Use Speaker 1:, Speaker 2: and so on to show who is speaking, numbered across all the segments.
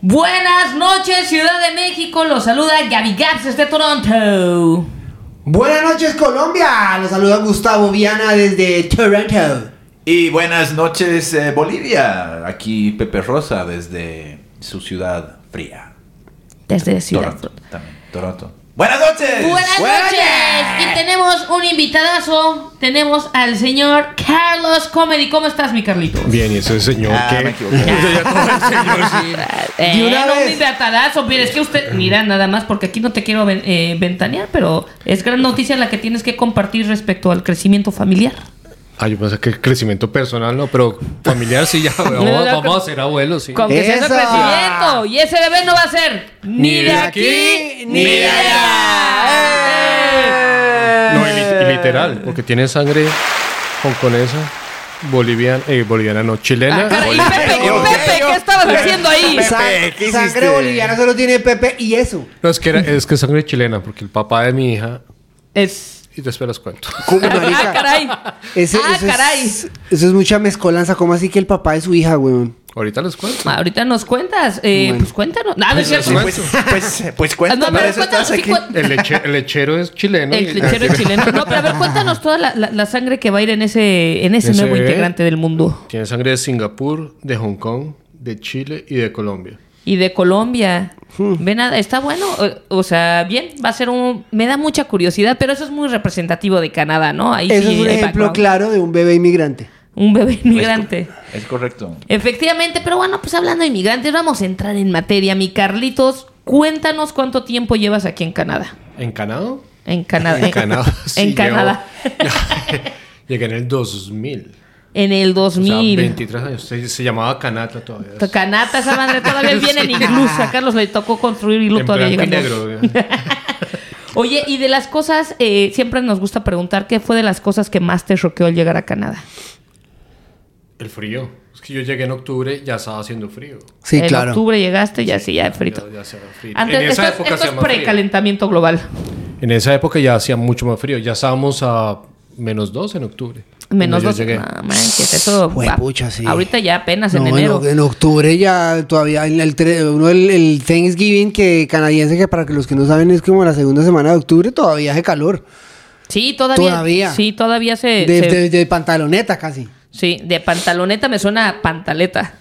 Speaker 1: Buenas noches, Ciudad de México. Los saluda Gaby Gaps desde Toronto.
Speaker 2: Buenas noches, Colombia. Los saluda Gustavo Viana desde Toronto.
Speaker 3: Y buenas noches, eh, Bolivia. Aquí Pepe Rosa desde su ciudad fría.
Speaker 1: Desde Ciudad
Speaker 3: Toronto. También. Toronto. Buenas noches.
Speaker 1: Buenas noches. Y tenemos un invitadazo. Tenemos al señor Carlos Comedy. ¿Cómo estás, mi Carlito?
Speaker 4: Bien, y ese señor
Speaker 3: Ah,
Speaker 4: que.
Speaker 3: me equivoqué.
Speaker 1: Eh,
Speaker 2: De una
Speaker 1: no,
Speaker 2: vez.
Speaker 1: un invitadazo. Mira, es que usted. Mira, nada más, porque aquí no te quiero ven- eh, ventanear, pero es gran noticia la que tienes que compartir respecto al crecimiento familiar.
Speaker 4: Ah, yo pensé que crecimiento personal no, pero familiar sí ya.
Speaker 1: No,
Speaker 4: Vamos,
Speaker 1: no,
Speaker 4: vamos a ser abuelos, sí.
Speaker 1: Con que sea ese
Speaker 2: ¡Esa!
Speaker 1: crecimiento. Y ese bebé no va a ser ni, de aquí, ni de allá.
Speaker 2: Eh.
Speaker 4: No, y, li- y literal, porque tiene sangre hongkonesa, boliviana, eh, boliviana no, chilena.
Speaker 1: Ah, caray, y Pepe, y
Speaker 3: Oye,
Speaker 1: Pepe, ¿qué estabas haciendo ahí?
Speaker 3: Pepe,
Speaker 2: Sang-
Speaker 3: ¿qué
Speaker 2: sangre
Speaker 3: hiciste?
Speaker 2: boliviana solo tiene Pepe y eso.
Speaker 4: No, es que, era- es que es sangre chilena, porque el papá de mi hija,
Speaker 1: Es.
Speaker 4: y después las cuento.
Speaker 2: ¿Cómo,
Speaker 1: Ah, caray.
Speaker 2: Ese-
Speaker 1: ah,
Speaker 2: eso
Speaker 1: caray.
Speaker 2: Es, eso es mucha mezcolanza. ¿Cómo así que el papá de su hija, weón?
Speaker 4: Ahorita les cuento.
Speaker 1: Ahorita nos cuentas. Eh,
Speaker 2: Bueno.
Speaker 1: Pues cuéntanos. Nada, no es cierto.
Speaker 4: Pues,
Speaker 3: Pues, pues, pues
Speaker 1: Ah,
Speaker 3: cuéntame,
Speaker 1: no, pero
Speaker 3: para eso
Speaker 1: cuéntanos,
Speaker 3: estás
Speaker 1: sí,
Speaker 3: aquí.
Speaker 1: cuéntanos.
Speaker 4: El, leche- el lechero es chileno. y-
Speaker 1: El lechero es chileno. No, pero a ver, cuéntanos toda la, la- la sangre que va a ir en ese, en ese,
Speaker 4: Ese
Speaker 1: nuevo
Speaker 4: bebé.
Speaker 1: integrante del mundo.
Speaker 4: Tiene sangre de Singapur, de Hong Kong, de Chile y de Colombia.
Speaker 1: Y de Colombia.
Speaker 2: Hmm.
Speaker 1: Ve nada, está bueno. O, o sea, bien, va a ser un. Me da mucha curiosidad, pero eso es muy representativo de Canadá, ¿no? Ahí
Speaker 2: Eso
Speaker 1: sí
Speaker 2: es un
Speaker 1: hay
Speaker 2: ejemplo
Speaker 1: background.
Speaker 2: claro Pues de un bebé inmigrante.
Speaker 1: Un bebé inmigrante.
Speaker 3: Es correcto.
Speaker 1: Efectivamente, pero bueno, pues hablando de inmigrantes, vamos a entrar en materia. Mi Carlitos, cuéntanos cuánto tiempo llevas aquí en Canadá.
Speaker 4: ¿En Canadá?
Speaker 1: En Canadá.
Speaker 4: En Canadá. sí,
Speaker 1: en
Speaker 4: llevo-
Speaker 1: Canadá.
Speaker 4: Llegué en el 2000.
Speaker 1: En el
Speaker 4: O
Speaker 1: 2000.
Speaker 4: sea, 23 años. Se, se llamaba Canata todavía.
Speaker 1: Canata, esa madre todavía viene en incluso. A Carlos le tocó construir y lo
Speaker 4: en
Speaker 1: todavía
Speaker 4: blanco y
Speaker 1: llegamos.
Speaker 4: negro.
Speaker 1: Oye, y de las cosas, eh, siempre nos gusta preguntar qué fue de las cosas que más te choqueó al llegar a Canadá.
Speaker 4: El frío. Es que yo llegué en octubre, ya estaba haciendo frío.
Speaker 2: Sí,
Speaker 1: en
Speaker 2: claro.
Speaker 1: octubre llegaste y así ya frito.
Speaker 4: Ya, ya hacía frío.
Speaker 1: Antes,
Speaker 4: en
Speaker 1: esto,
Speaker 4: esa
Speaker 1: es-
Speaker 4: época
Speaker 1: esto
Speaker 4: hacía
Speaker 1: es
Speaker 4: más frío.
Speaker 1: precalentamiento global.
Speaker 4: En esa época ya hacía mucho más frío. Ya estábamos a menos 2 en octubre.
Speaker 1: Menos
Speaker 4: cuando
Speaker 1: dos. Ah.
Speaker 4: yo llegué.
Speaker 1: No, manches, eso.
Speaker 2: Fue
Speaker 1: va-
Speaker 2: pucha, sí.
Speaker 1: Ahorita ya apenas en
Speaker 2: No,
Speaker 1: enero.
Speaker 2: en octubre ya todavía en el, tre- uno el, el Thanksgiving que canadiense que para que los que no saben es como la segunda semana de octubre todavía hace calor
Speaker 1: Sí, todavía.
Speaker 2: Todavía.
Speaker 1: Eh, Sí, todavía se.
Speaker 2: de,
Speaker 1: se-
Speaker 2: de- de pantaloneta casi.
Speaker 1: sí, de pantaloneta me suena a pantaleta.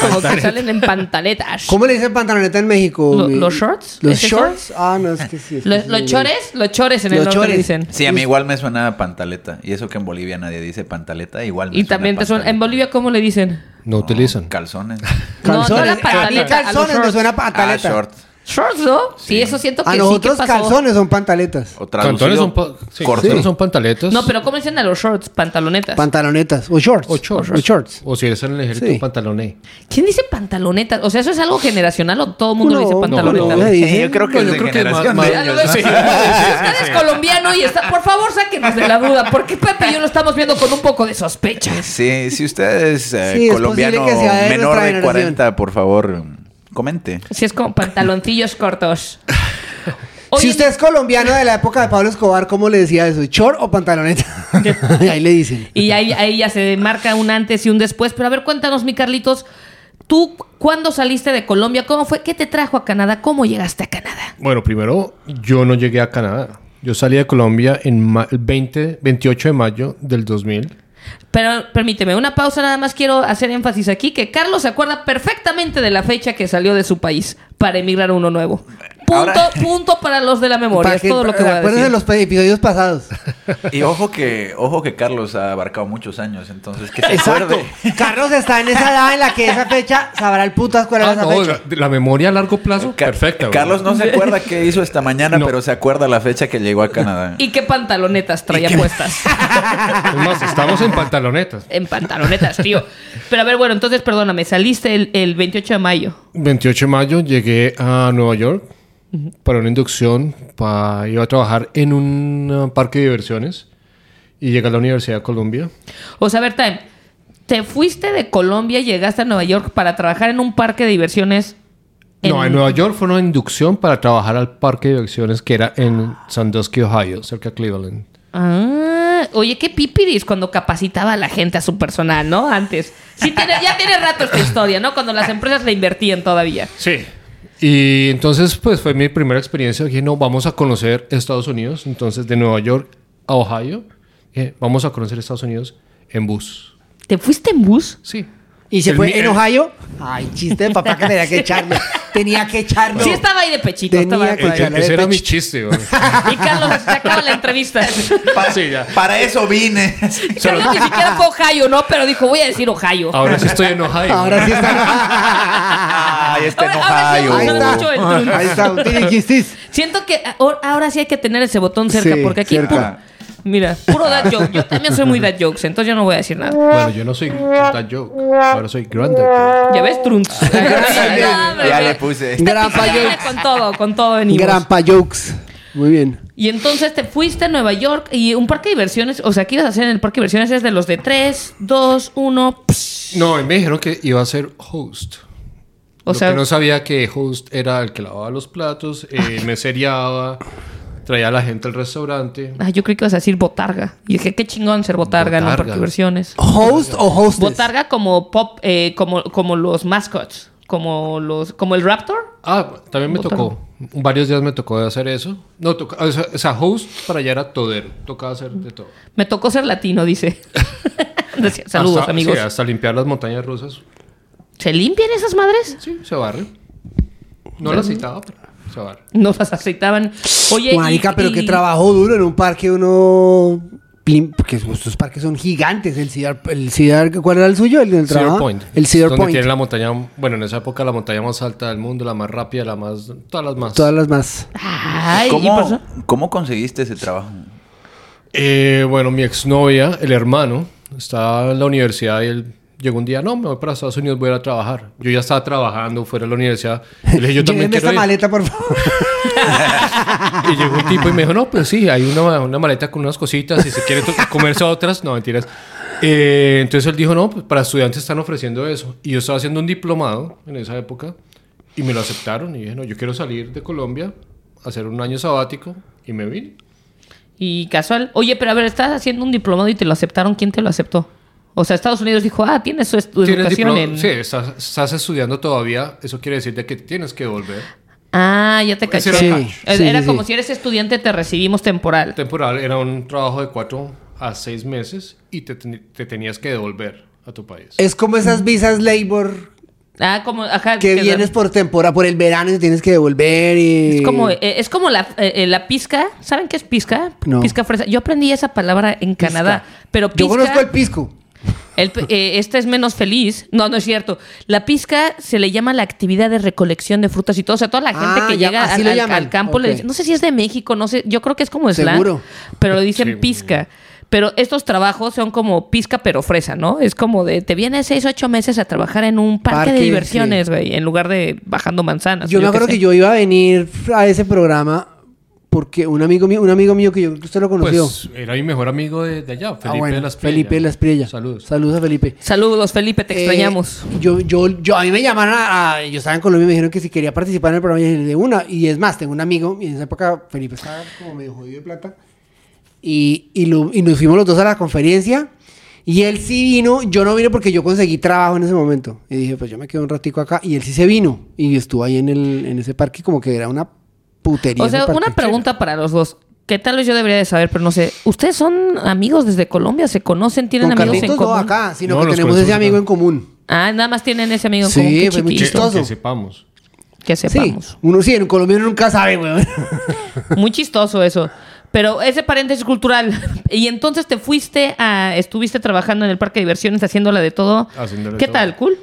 Speaker 1: Como que salen en pantaletas.
Speaker 2: ¿Cómo le dicen pantaloneta en México?
Speaker 1: Lo-
Speaker 2: mi-
Speaker 1: ¿los shorts?
Speaker 2: Los
Speaker 1: ¿Es eso?
Speaker 2: shorts. Ah, no es que sí. es que
Speaker 1: Los,
Speaker 2: sí,
Speaker 1: los
Speaker 2: no.
Speaker 1: chores, los chores en el
Speaker 2: Los
Speaker 1: norte le
Speaker 2: chores.
Speaker 1: dicen.
Speaker 3: Sí, a mí igual me suena a pantaleta. Y eso que en Bolivia nadie dice pantaleta, igual me
Speaker 1: Y también te suena.
Speaker 3: pantaleta.
Speaker 1: ¿En Bolivia cómo le dicen?
Speaker 4: No utilizan.
Speaker 3: Calzones.
Speaker 1: No, no
Speaker 2: Calzones.
Speaker 1: la
Speaker 2: a mí
Speaker 1: pantaleta. a los
Speaker 2: calzones me
Speaker 1: shorts.
Speaker 2: suena a
Speaker 3: Ah,
Speaker 2: pantaleta.
Speaker 3: short.
Speaker 1: Shorts, ¿no? Sí, eso siento que
Speaker 2: a
Speaker 1: sí
Speaker 2: nosotros
Speaker 1: que pasó.
Speaker 2: Ah, calzones son pantaletas.
Speaker 1: Pues,
Speaker 3: O
Speaker 4: Cantones son, pa-
Speaker 3: traducido.
Speaker 4: sí,
Speaker 3: corto.
Speaker 4: cantones son pantaletas.
Speaker 1: No, pero ¿cómo dicen a los shorts? Pantalonetas.
Speaker 2: Pantalonetas. O shorts.
Speaker 4: O shorts.
Speaker 2: O shorts.
Speaker 4: O si eres en el ejército, E.
Speaker 2: Sí.
Speaker 4: pantaloné.
Speaker 1: ¿Quién dice pantalonetas? O sea, ¿eso es algo generacional o todo el mundo le dice
Speaker 2: No,
Speaker 1: pantalonetas?
Speaker 2: no, no.
Speaker 3: Eh, Yo creo que
Speaker 4: No,
Speaker 3: es
Speaker 4: yo
Speaker 3: de
Speaker 4: creo que más-
Speaker 3: generación
Speaker 4: más-
Speaker 3: de
Speaker 1: Ya lo
Speaker 3: ellos,
Speaker 1: ves.
Speaker 3: ¿no?
Speaker 1: Si Usted es colombiano y está. Por favor, sáquenos de la duda, porque Pepe y yo lo estamos viendo con un poco de sospecha.
Speaker 3: Sí, si usted es eh,
Speaker 2: Sí, es
Speaker 3: colombiano
Speaker 2: posible que sea de
Speaker 3: menor
Speaker 2: nuestra
Speaker 3: de
Speaker 2: generación.
Speaker 3: 40, por favor, comente.
Speaker 1: Si es con pantaloncillos cortos. Oye,
Speaker 2: si usted es colombiano de la época de Pablo Escobar, ¿cómo le decía eso? ¿Short o pantaloneta? Y ahí le dicen.
Speaker 1: Y ahí, ahí ya se marca un antes y un después. Pero a ver, cuéntanos, mi Carlitos, ¿tú cuándo saliste de Colombia? ¿Cómo fue? ¿Qué te trajo a Canadá? ¿Cómo llegaste a Canadá?
Speaker 4: Bueno, primero, yo no llegué a Canadá. Yo salí de Colombia en ma- el 20, 28 de mayo del 2000.
Speaker 1: Pero permíteme, una pausa, nada más quiero hacer énfasis aquí que Carlos se acuerda perfectamente de la fecha que salió de su país para emigrar a uno nuevo. Punto,
Speaker 3: Ahora-
Speaker 1: punto para los de la memoria,
Speaker 2: Para
Speaker 1: es todo lo que voy a
Speaker 2: acuérdense
Speaker 1: decir.
Speaker 2: los pe- episodios pasados.
Speaker 3: Y ojo que, ojo que Carlos ha abarcado muchos años, entonces que se
Speaker 2: Exacto.
Speaker 3: acuerde.
Speaker 2: Carlos está en esa edad en la que esa fecha sabrá el putas cuál era
Speaker 4: Ah,
Speaker 2: esa
Speaker 4: no,
Speaker 2: fecha.
Speaker 4: la, la memoria a largo plazo,
Speaker 3: Ca-
Speaker 4: perfecta. güey.
Speaker 3: Carlos no se acuerda qué hizo esta mañana,
Speaker 4: No.
Speaker 3: pero se acuerda la fecha que llegó a Canadá.
Speaker 1: Y qué pantalonetas traía puestas.
Speaker 4: Es más, estamos en pantalonetas.
Speaker 1: en pantalonetas, tío. Pero a ver, bueno, entonces perdóname, saliste el, el 28 de mayo.
Speaker 4: 28 de mayo llegué a Nueva York para una inducción. Para, iba a trabajar en un uh, parque de diversiones y llegué a la Universidad de Columbia.
Speaker 1: O sea, a ver, Time, te fuiste de Colombia, llegaste a Nueva York para trabajar en un parque de diversiones.
Speaker 4: No, en Nueva York fue una inducción para trabajar al parque de diversiones que era en Sandusky, Ohio, cerca de Cleveland.
Speaker 1: Ah, Ah, oye, qué pipiris cuando capacitaba a la gente a su personal, ¿no? Antes. Sí, tiene, ya tiene rato esta historia, ¿no? Cuando las empresas le invertían todavía.
Speaker 4: Sí. Y entonces, pues fue mi primera experiencia. Dije, no, vamos a conocer Estados Unidos. Entonces, de Nueva York a Ohio, dije, vamos a conocer Estados Unidos en bus.
Speaker 1: ¿Te fuiste en bus?
Speaker 4: Sí.
Speaker 2: ¿Y se
Speaker 4: El mi-
Speaker 2: fue en
Speaker 4: el-
Speaker 2: Ohio? Ay, chiste de papá que tenía que echarme. Tenía que echarme.
Speaker 1: Sí, estaba ahí de pechito.
Speaker 2: Tenía
Speaker 1: estaba de
Speaker 2: que-
Speaker 1: por ahí.
Speaker 2: Chale,
Speaker 4: ese era
Speaker 2: pech-
Speaker 4: mi chiste, güey.
Speaker 1: Y Carlos, se acaba la entrevista.
Speaker 3: Para,
Speaker 4: Sí, ya.
Speaker 3: para eso vine.
Speaker 1: Carlos ni siquiera fue Ohio, ¿no? Pero dijo, voy a decir Ohio.
Speaker 2: Ah.
Speaker 4: Ahora sí estoy en Ohio.
Speaker 2: Ahora sí está.
Speaker 3: Ay, este está en
Speaker 1: Ahora sí,
Speaker 3: Ohio.
Speaker 2: Ahí
Speaker 1: Yo
Speaker 2: está.
Speaker 1: mucho el trun.
Speaker 2: Ahí está. Tiene quistis.
Speaker 1: Siento que ahor- ahora sí hay que tener ese botón cerca,
Speaker 2: Sí,
Speaker 1: porque aquí
Speaker 2: cerca.
Speaker 1: puro- mira, puro dad joke. Yo también soy muy dad jokes, entonces yo no voy a decir nada.
Speaker 4: Bueno, yo no soy that joke. Ahora soy grander joke.
Speaker 1: Ya ves, Trunks.
Speaker 3: ya le puse.
Speaker 2: Granpa jokes.
Speaker 1: Con todo, con todo venimos.
Speaker 2: Granpa jokes. Muy bien.
Speaker 1: Y entonces te fuiste a Nueva York y un parque de diversiones, o sea, ¿qué ibas a hacer en el parque de diversiones? Es de los de 3, 2, 1.
Speaker 4: No, y me dijeron que iba a ser host.
Speaker 1: O
Speaker 4: Lo
Speaker 1: sea,
Speaker 4: que no sabía que host era el que lavaba los platos, eh, me seriaba, traía a la gente al restaurante.
Speaker 1: ah, yo creí que ibas a decir botarga. Y dije, qué chingón ser botarga, en un
Speaker 4: Botarga. Oh, este
Speaker 1: parque de diversiones.
Speaker 2: ¿Host o hostess?
Speaker 1: Botarga como pop, eh, como, como los mascots, como los, como el Raptor.
Speaker 4: Ah, también me tocó. Varios días me tocó de hacer eso. No, toca- o, sea, o sea, host para allá era todero. Tocaba hacer de todo.
Speaker 1: Me tocó ser latino, dice. Decía, Saludos,
Speaker 4: Hasta-
Speaker 1: amigos.
Speaker 4: sí, hasta limpiar las montañas rusas.
Speaker 1: ¿Se limpian esas madres?
Speaker 4: Sí, se barre. No las citaba, pero se barre.
Speaker 1: No las aceitaban. Oye, y-
Speaker 2: Marica, pero
Speaker 1: y-
Speaker 2: qué trabajo duro en un parque uno... plim, Porque estos parques son gigantes. El Cedar, el Cedar- ¿cuál era el suyo? El del
Speaker 4: Cedar
Speaker 2: trabajo.
Speaker 4: Point.
Speaker 2: El Cedar
Speaker 4: donde
Speaker 2: Point.
Speaker 4: tiene la montaña, bueno, en esa época la montaña más alta del mundo, la más rápida, la más, todas las más.
Speaker 2: Todas las más.
Speaker 1: Ay, ¿y pasó?
Speaker 3: ¿Cómo, ¿Cómo conseguiste ese trabajo?
Speaker 4: Eh, bueno, mi exnovia, el hermano, estaba en la universidad y él llegó un día, no, me voy para Estados Unidos, voy a ir a trabajar. Yo ya estaba trabajando fuera de la universidad. Y le dije, yo también
Speaker 2: Llévenme esta
Speaker 4: quiero ir.
Speaker 2: maleta, por favor.
Speaker 4: Y llegó un tipo y me dijo, no, pues sí, hay una, una maleta con unas cositas, si se quiere to- comerse otras, no, mentiras. Eh, entonces él dijo, no, pues para estudiantes están ofreciendo eso. Y yo estaba haciendo un diplomado en esa época y me lo aceptaron. Y dije, no, yo quiero salir de Colombia, hacer un año sabático y me vine.
Speaker 1: Y casual. Oye, pero a ver, estás haciendo un diplomado y te lo aceptaron. ¿Quién te lo aceptó? O sea, Estados Unidos dijo, ah, tienes su estu-
Speaker 4: Tienes
Speaker 1: educación
Speaker 4: diploma-
Speaker 1: en...
Speaker 4: Sí, estás, estás estudiando todavía, eso quiere decir de que tienes que volver.
Speaker 1: Ah, ya te caché.
Speaker 4: Ese Pues era
Speaker 1: Eh,
Speaker 4: el
Speaker 2: catch. Sí,
Speaker 1: Era
Speaker 2: sí,
Speaker 1: como
Speaker 2: sí.
Speaker 1: si eres estudiante, te recibimos temporal.
Speaker 4: Temporal era un trabajo de cuatro a seis meses y te, ten- te tenías que devolver a tu país.
Speaker 2: Es como esas visas labor
Speaker 1: Ah, como... Ajá,
Speaker 2: que
Speaker 1: que-
Speaker 2: vienes por temporada, por el verano y te tienes que devolver y...
Speaker 1: Es como, eh, es como la, eh, eh, la pizca. ¿Saben qué es pizca?
Speaker 2: No.
Speaker 1: Pizca fresa. Yo aprendí esa palabra en Canadá. Pero pizca...
Speaker 2: Yo conozco el pisco.
Speaker 1: El pe- eh, este es menos feliz. No, no es cierto. La pizca se le llama la actividad de recolección de frutas y todo. O sea, toda la gente
Speaker 2: Ah,
Speaker 1: que
Speaker 2: ya,
Speaker 1: llega
Speaker 2: así
Speaker 1: al,
Speaker 2: lo
Speaker 1: al-
Speaker 2: llaman.
Speaker 1: al campo le
Speaker 2: Ok.
Speaker 1: dicen- no sé si es de México, no sé, yo creo que es como slang,
Speaker 2: Seguro.
Speaker 1: pero le dicen pizca. Pero estos trabajos son como pizca pero fresa, ¿no? Es como de te vienes seis, ocho meses a trabajar en un parque, de
Speaker 2: Parque,
Speaker 1: diversiones, güey, en lugar de bajando manzanas.
Speaker 2: Yo me acuerdo
Speaker 1: qué
Speaker 2: que
Speaker 1: sé.
Speaker 2: yo iba a venir a ese programa porque un amigo mío, un amigo mío que yo, usted lo conoció.
Speaker 4: Pues era mi mejor amigo de, de allá,
Speaker 2: Ah,
Speaker 4: Felipe
Speaker 2: bueno,
Speaker 4: de las Priella.
Speaker 2: Felipe de las Priella.
Speaker 4: Saludos.
Speaker 2: Saludos a Felipe.
Speaker 1: Saludos, Felipe, te
Speaker 2: Eh,
Speaker 1: extrañamos.
Speaker 2: Yo, yo, yo, a mí me llamaron a, a- Yo estaba en Colombia y me dijeron que si quería participar en el programa y dije, de una. Y es más, tengo un amigo, y en esa época Felipe estaba como medio jodido de plata. Y, y, lo- y nos fuimos los dos a la conferencia. Y él sí vino, yo no vine porque yo conseguí trabajo en ese momento. Y dije, pues yo me quedo un ratico acá. Y él sí se vino. Y estuvo ahí en, el, en ese parque como que era una putería.
Speaker 1: O
Speaker 2: ese
Speaker 1: sea,
Speaker 2: parque.
Speaker 1: una pregunta para los dos. Que tal vez yo debería de saber, pero no sé. ¿Ustedes son amigos desde Colombia? ¿Se conocen? ¿Tienen
Speaker 2: Con
Speaker 1: amigos
Speaker 2: Carlitos
Speaker 1: en común?
Speaker 2: no acá, sino
Speaker 4: No,
Speaker 2: que
Speaker 4: los
Speaker 2: tenemos ese
Speaker 4: conocemos acá.
Speaker 2: amigo en común.
Speaker 1: Ah, nada más tienen ese amigo
Speaker 2: Sí,
Speaker 1: como que
Speaker 2: fue muy
Speaker 4: Que,
Speaker 1: chiquito.
Speaker 2: chistoso.
Speaker 4: que sepamos.
Speaker 1: Que sepamos.
Speaker 2: Sí, uno sí, en Colombia uno nunca sabe, weón.
Speaker 1: Muy chistoso eso. Pero ese paréntesis cultural. Y entonces te fuiste a... Estuviste trabajando en el parque de diversiones haciéndola de todo.
Speaker 4: Haciéndole
Speaker 1: ¿Qué
Speaker 4: todo.
Speaker 1: tal? ¿Cool?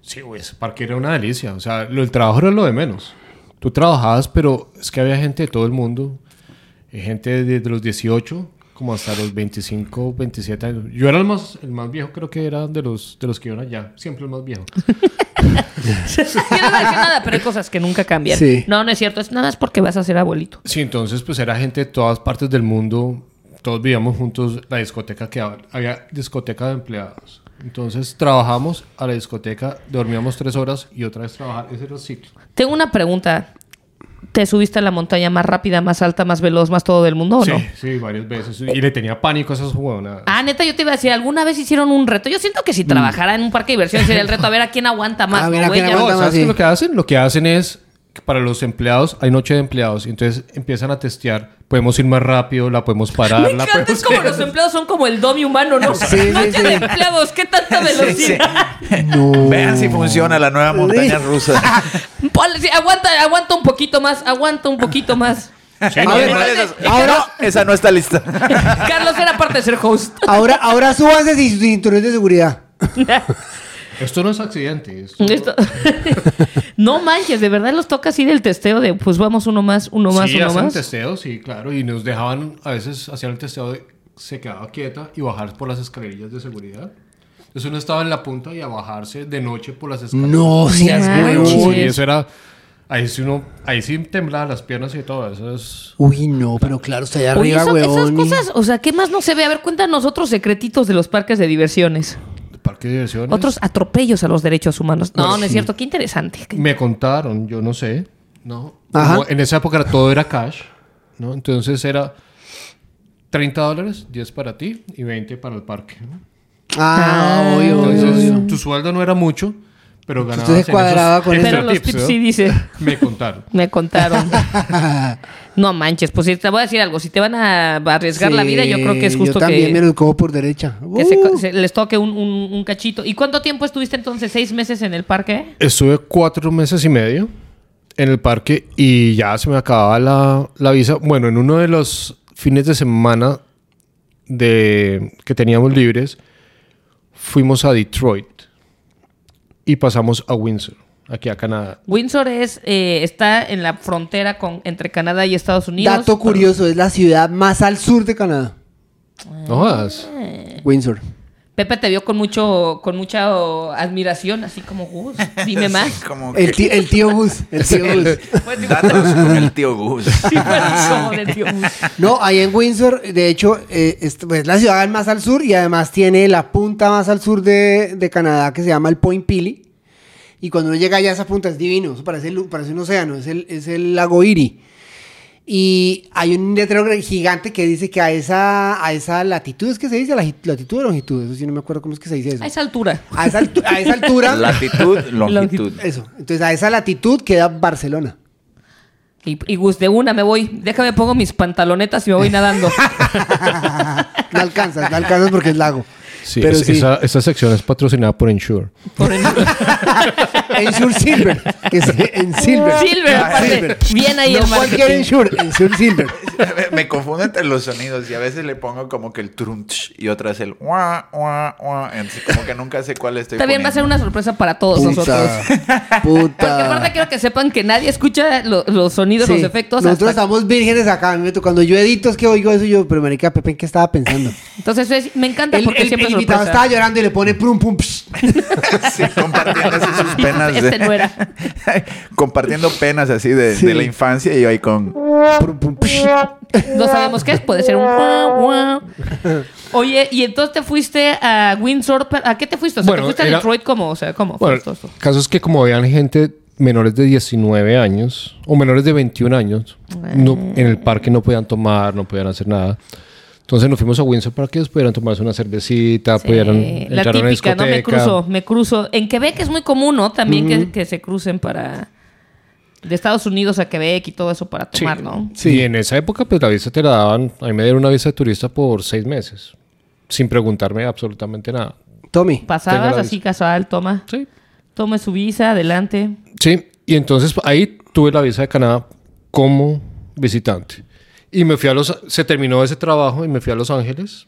Speaker 4: Sí, güey, ese parque era una delicia. O sea, lo, el trabajo era lo de menos. Tú trabajabas, pero es que había gente de todo el mundo. Eh, Gente desde los 18 como hasta los 25, 27 años. Yo era el más, el más viejo, creo que era de los, de los que iban allá. Siempre el más viejo.
Speaker 1: Yo no voy a decir nada, pero hay cosas que nunca cambian.
Speaker 2: Sí.
Speaker 1: No, no es cierto. Es nada más porque vas a ser abuelito.
Speaker 4: Sí, entonces pues era gente de todas partes del mundo. Todos vivíamos juntos la discoteca que hab- había discoteca de empleados. Entonces trabajamos a la discoteca, dormíamos tres horas y otra vez trabajar. Ese era el ciclo.
Speaker 1: Tengo una pregunta. ¿Te subiste a la montaña más rápida, más alta, más veloz, más todo del mundo o
Speaker 4: sí,
Speaker 1: no?
Speaker 4: sí, varias veces. Y le tenía pánico a esas jugadoras.
Speaker 1: Ah, neta, yo te iba a decir, ¿alguna vez hicieron un reto? Yo siento que si trabajara en un parque de diversión sería el reto a ver a quién aguanta más.
Speaker 2: Mm. A ver,
Speaker 1: ¿no,
Speaker 2: a
Speaker 1: güey?
Speaker 2: quién
Speaker 1: Ya-
Speaker 4: No,
Speaker 2: Aguanta más,
Speaker 4: ¿sabes qué
Speaker 2: sí.
Speaker 4: es lo que hacen? Lo que hacen es que para los empleados, hay noche de empleados, y entonces empiezan a testear, podemos ir más rápido, la podemos parar,
Speaker 1: Me
Speaker 2: Ah,
Speaker 4: la
Speaker 1: encanta, es
Speaker 4: podemos...
Speaker 1: como los empleados son como el domi humano, ¿no?
Speaker 2: pues Sí, sí,
Speaker 1: Noche
Speaker 2: sí.
Speaker 1: de empleados, ¿qué tanta velocidad?
Speaker 2: No.
Speaker 3: Vean si funciona la nueva montaña rusa.
Speaker 1: Ponle- sí, aguanta, aguanta un poquito más, aguanta un poquito más.
Speaker 3: No,
Speaker 2: A ver,
Speaker 3: una de
Speaker 1: espérate,
Speaker 3: esas-
Speaker 2: ahora-
Speaker 3: esa no está lista.
Speaker 1: Carlos era parte de ser host.
Speaker 2: Ahora, ahora súbanse sin cinturones de seguridad.
Speaker 4: Esto no es accidente. esto-
Speaker 1: Esto- no manches, de verdad los toca así del testeo de pues vamos uno más, uno más,
Speaker 4: sí,
Speaker 1: uno
Speaker 4: hacen
Speaker 1: más.
Speaker 4: testeos, sí, claro. Y nos dejaban, a veces hacían el testeo de se quedaba quieta y bajar por las escalerillas de seguridad. Entonces uno estaba en la punta y a bajarse de noche por las escaleras.
Speaker 2: No seas
Speaker 1: manches.
Speaker 2: huevón.
Speaker 4: Uy, eso era. Ahí sí uno, ahí sí temblaban las piernas y todo. Eso es.
Speaker 2: Uy, no, pero claro, está allá
Speaker 1: Oye,
Speaker 2: arriba,
Speaker 1: eso- esas
Speaker 2: huevón.
Speaker 1: cosas, o sea, ¿qué más no se ve? A ver, cuéntanos otros secretitos de los parques de diversiones.
Speaker 4: de Parque de
Speaker 2: Mm.
Speaker 4: diversiones.
Speaker 1: Otros atropellos a los derechos humanos.
Speaker 2: Pues
Speaker 1: No, no es cierto, qué interesante.
Speaker 4: Me contaron, yo no sé, ¿no?
Speaker 2: Ajá.
Speaker 4: Como en esa época todo era cash, ¿no? Entonces era 30 dólares, 10 para ti y 20 para el parque. ¿no?
Speaker 2: Ah, obvio, obvio,
Speaker 4: Entonces,
Speaker 2: obvio.
Speaker 4: tu sueldo no era mucho, pero ganabas
Speaker 2: Entonces,
Speaker 4: en
Speaker 2: cuadraba
Speaker 4: esos
Speaker 2: con
Speaker 4: extra
Speaker 1: Pero los tips
Speaker 4: ¿no?
Speaker 1: sí dice.
Speaker 4: Me contaron.
Speaker 1: Me contaron. No manches, pues sí, te voy a decir algo. Si te van a arriesgar la vida, yo creo que es
Speaker 2: Sí,
Speaker 1: justo
Speaker 2: Yo también
Speaker 1: que,
Speaker 2: me lo cojo por derecha.
Speaker 1: que se-
Speaker 2: Uh.
Speaker 1: se- les toque un, un- un cachito. ¿Y cuánto tiempo estuviste entonces? ¿Seis meses en el parque?
Speaker 4: Estuve cuatro meses y medio en el parque y ya se me acababa la, la visa. Bueno, en uno de los fines de semana de, que teníamos libres, fuimos a Detroit y pasamos a Windsor, aquí a Canadá.
Speaker 1: Windsor es, eh, está en la frontera con, entre Canadá y Estados Unidos.
Speaker 2: Dato curioso, es la ciudad más al sur de Canadá.
Speaker 4: No jodas.
Speaker 2: Ah.
Speaker 1: Eh.
Speaker 2: Windsor.
Speaker 1: Pepe te vio con mucho, con mucha oh, admiración, así como Gus. Dime más.
Speaker 3: Como
Speaker 2: El tío, el tío Gus. El tío Gus.
Speaker 1: Fue tipo-
Speaker 3: datos con el tío Gus.
Speaker 1: sí, fue
Speaker 3: pues.
Speaker 1: así como de tío Gus.
Speaker 2: No, ahí en Windsor, de hecho, eh, es pues, la ciudad más al sur y además tiene la punta más al sur de, de Canadá que se llama el Point Pili. Y cuando uno llega allá a esa punta es divino, eso parece, el- parece un océano, es el, es el lago Erie. Y hay un letrero gr- gigante que dice que a esa, a esa latitud, ¿es que se dice? ¿Lati- ¿Latitud o longitud? Eso sí, no me acuerdo cómo es que se dice eso.
Speaker 1: A esa altura.
Speaker 2: A esa, altu- a esa altura...
Speaker 3: Latitud, longitud.
Speaker 2: Eso, entonces a esa latitud queda Barcelona.
Speaker 1: Y, y Gus, de una me voy. Déjame pongo mis pantalonetas y me voy nadando.
Speaker 2: No alcanzas, no alcanzas porque es lago.
Speaker 4: Sí,
Speaker 2: Pero
Speaker 4: es-
Speaker 2: sí.
Speaker 4: Esa, esa sección es patrocinada por Insure.
Speaker 1: Por el-
Speaker 2: Ensure Silver. que es en Silver.
Speaker 1: Silver,
Speaker 2: Ah,
Speaker 1: aparte. Bien ahí
Speaker 2: no
Speaker 1: el marketing.
Speaker 2: cualquier Ensure, Ensure Silver.
Speaker 3: Me confundo entre los sonidos y a veces le pongo como que el trunch y otra es el ua, ua, ua. Entonces, como que nunca sé cuál estoy
Speaker 1: Está bien, va a ser una sorpresa para todos nosotros.
Speaker 2: Puta.
Speaker 1: Porque aparte
Speaker 2: Puta.
Speaker 1: quiero que sepan que nadie escucha lo- los sonidos,
Speaker 2: Sí,
Speaker 1: los efectos.
Speaker 2: Nosotros
Speaker 1: hasta-
Speaker 2: estamos vírgenes acá. a mí me to- Cuando yo edito es que oigo eso, yo, pero marica, Pepe, ¿en qué estaba pensando?
Speaker 1: Entonces es- me encanta
Speaker 2: El,
Speaker 1: porque
Speaker 2: el-
Speaker 1: siempre
Speaker 2: el
Speaker 1: es
Speaker 2: invitado
Speaker 1: sorpresa.
Speaker 2: estaba llorando y le pone prum pum psh.
Speaker 3: Sí, compartiendo así sus penas.
Speaker 1: Este no era.
Speaker 3: compartiendo penas así de,
Speaker 2: Sí.
Speaker 3: de la infancia y yo ahí con...
Speaker 2: Prum pum psh.
Speaker 1: No sabemos qué es, puede ser un guau, guau. Oye, y entonces te fuiste a Windsor, pa- ¿a qué te fuiste? O sea,
Speaker 4: Bueno,
Speaker 1: te fuiste
Speaker 4: era-
Speaker 1: a Detroit como, o sea, ¿cómo?
Speaker 4: Bueno,
Speaker 1: fue todo esto?
Speaker 4: el caso es que como habían gente menores de 19 años o menores de 21 años, no- en el parque no podían tomar, no podían hacer nada. Entonces nos fuimos a Windsor para que ellos pudieran tomarse una cervecita, pudieran
Speaker 1: Eh, la
Speaker 4: entrar a una
Speaker 1: típica, ¿no? Me
Speaker 4: discoteca.
Speaker 1: cruzo, me cruzo. En Quebec es muy común, ¿no? También que, que se crucen para... De Estados Unidos a Quebec y todo eso para
Speaker 4: Sí.
Speaker 1: tomar, ¿no?
Speaker 4: Sí. Y en esa época pues la visa te la daban, a mí me dieron una visa de turista por seis meses, sin preguntarme absolutamente nada.
Speaker 2: Tommy.
Speaker 1: Pasabas
Speaker 4: Tengo la
Speaker 1: así casual, toma.
Speaker 4: Sí.
Speaker 1: Tome su visa, adelante.
Speaker 4: Sí, y entonces ahí tuve la visa de Canadá como visitante. Y me fui a los... Se terminó ese trabajo y me fui a Los Ángeles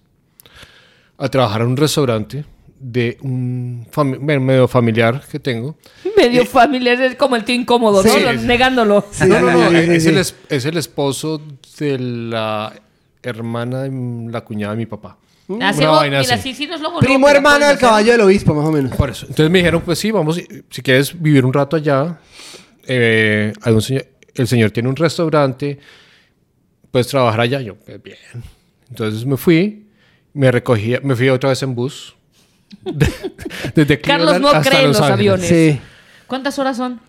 Speaker 4: a trabajar en un restaurante de un fami- bueno, medio familiar que tengo.
Speaker 1: Medio familiar, es como el tío incómodo, ¿no?
Speaker 4: Sí.
Speaker 1: Lo- Negándolo.
Speaker 2: Sí,
Speaker 4: no, no, no,
Speaker 2: sí, sí,
Speaker 4: es,
Speaker 2: sí.
Speaker 4: el es- es el esposo de la hermana, de m- la cuñada de mi papá.
Speaker 1: Hacemos-
Speaker 4: Uh, Una vaina
Speaker 1: mira,
Speaker 4: así.
Speaker 1: sí, sí, los logos,
Speaker 2: Primo
Speaker 1: luego te la
Speaker 2: hermano
Speaker 1: pueden
Speaker 2: del
Speaker 1: hacer.
Speaker 2: caballo del obispo, más o menos.
Speaker 4: Por eso. Entonces me dijeron, pues sí, vamos, y- si quieres vivir un rato allá, eh, hay un señor- el señor tiene un restaurante, puedes trabajar allá. Yo, pues bien. Entonces me fui, me recogí, me fui otra vez en bus. De- desde
Speaker 1: Carlos
Speaker 4: Cleveland
Speaker 1: no
Speaker 4: hasta
Speaker 1: cree en
Speaker 4: Los
Speaker 1: los
Speaker 4: Ángeles. Uh,
Speaker 1: aviones.
Speaker 2: Sí.
Speaker 1: ¿Cuántas horas son?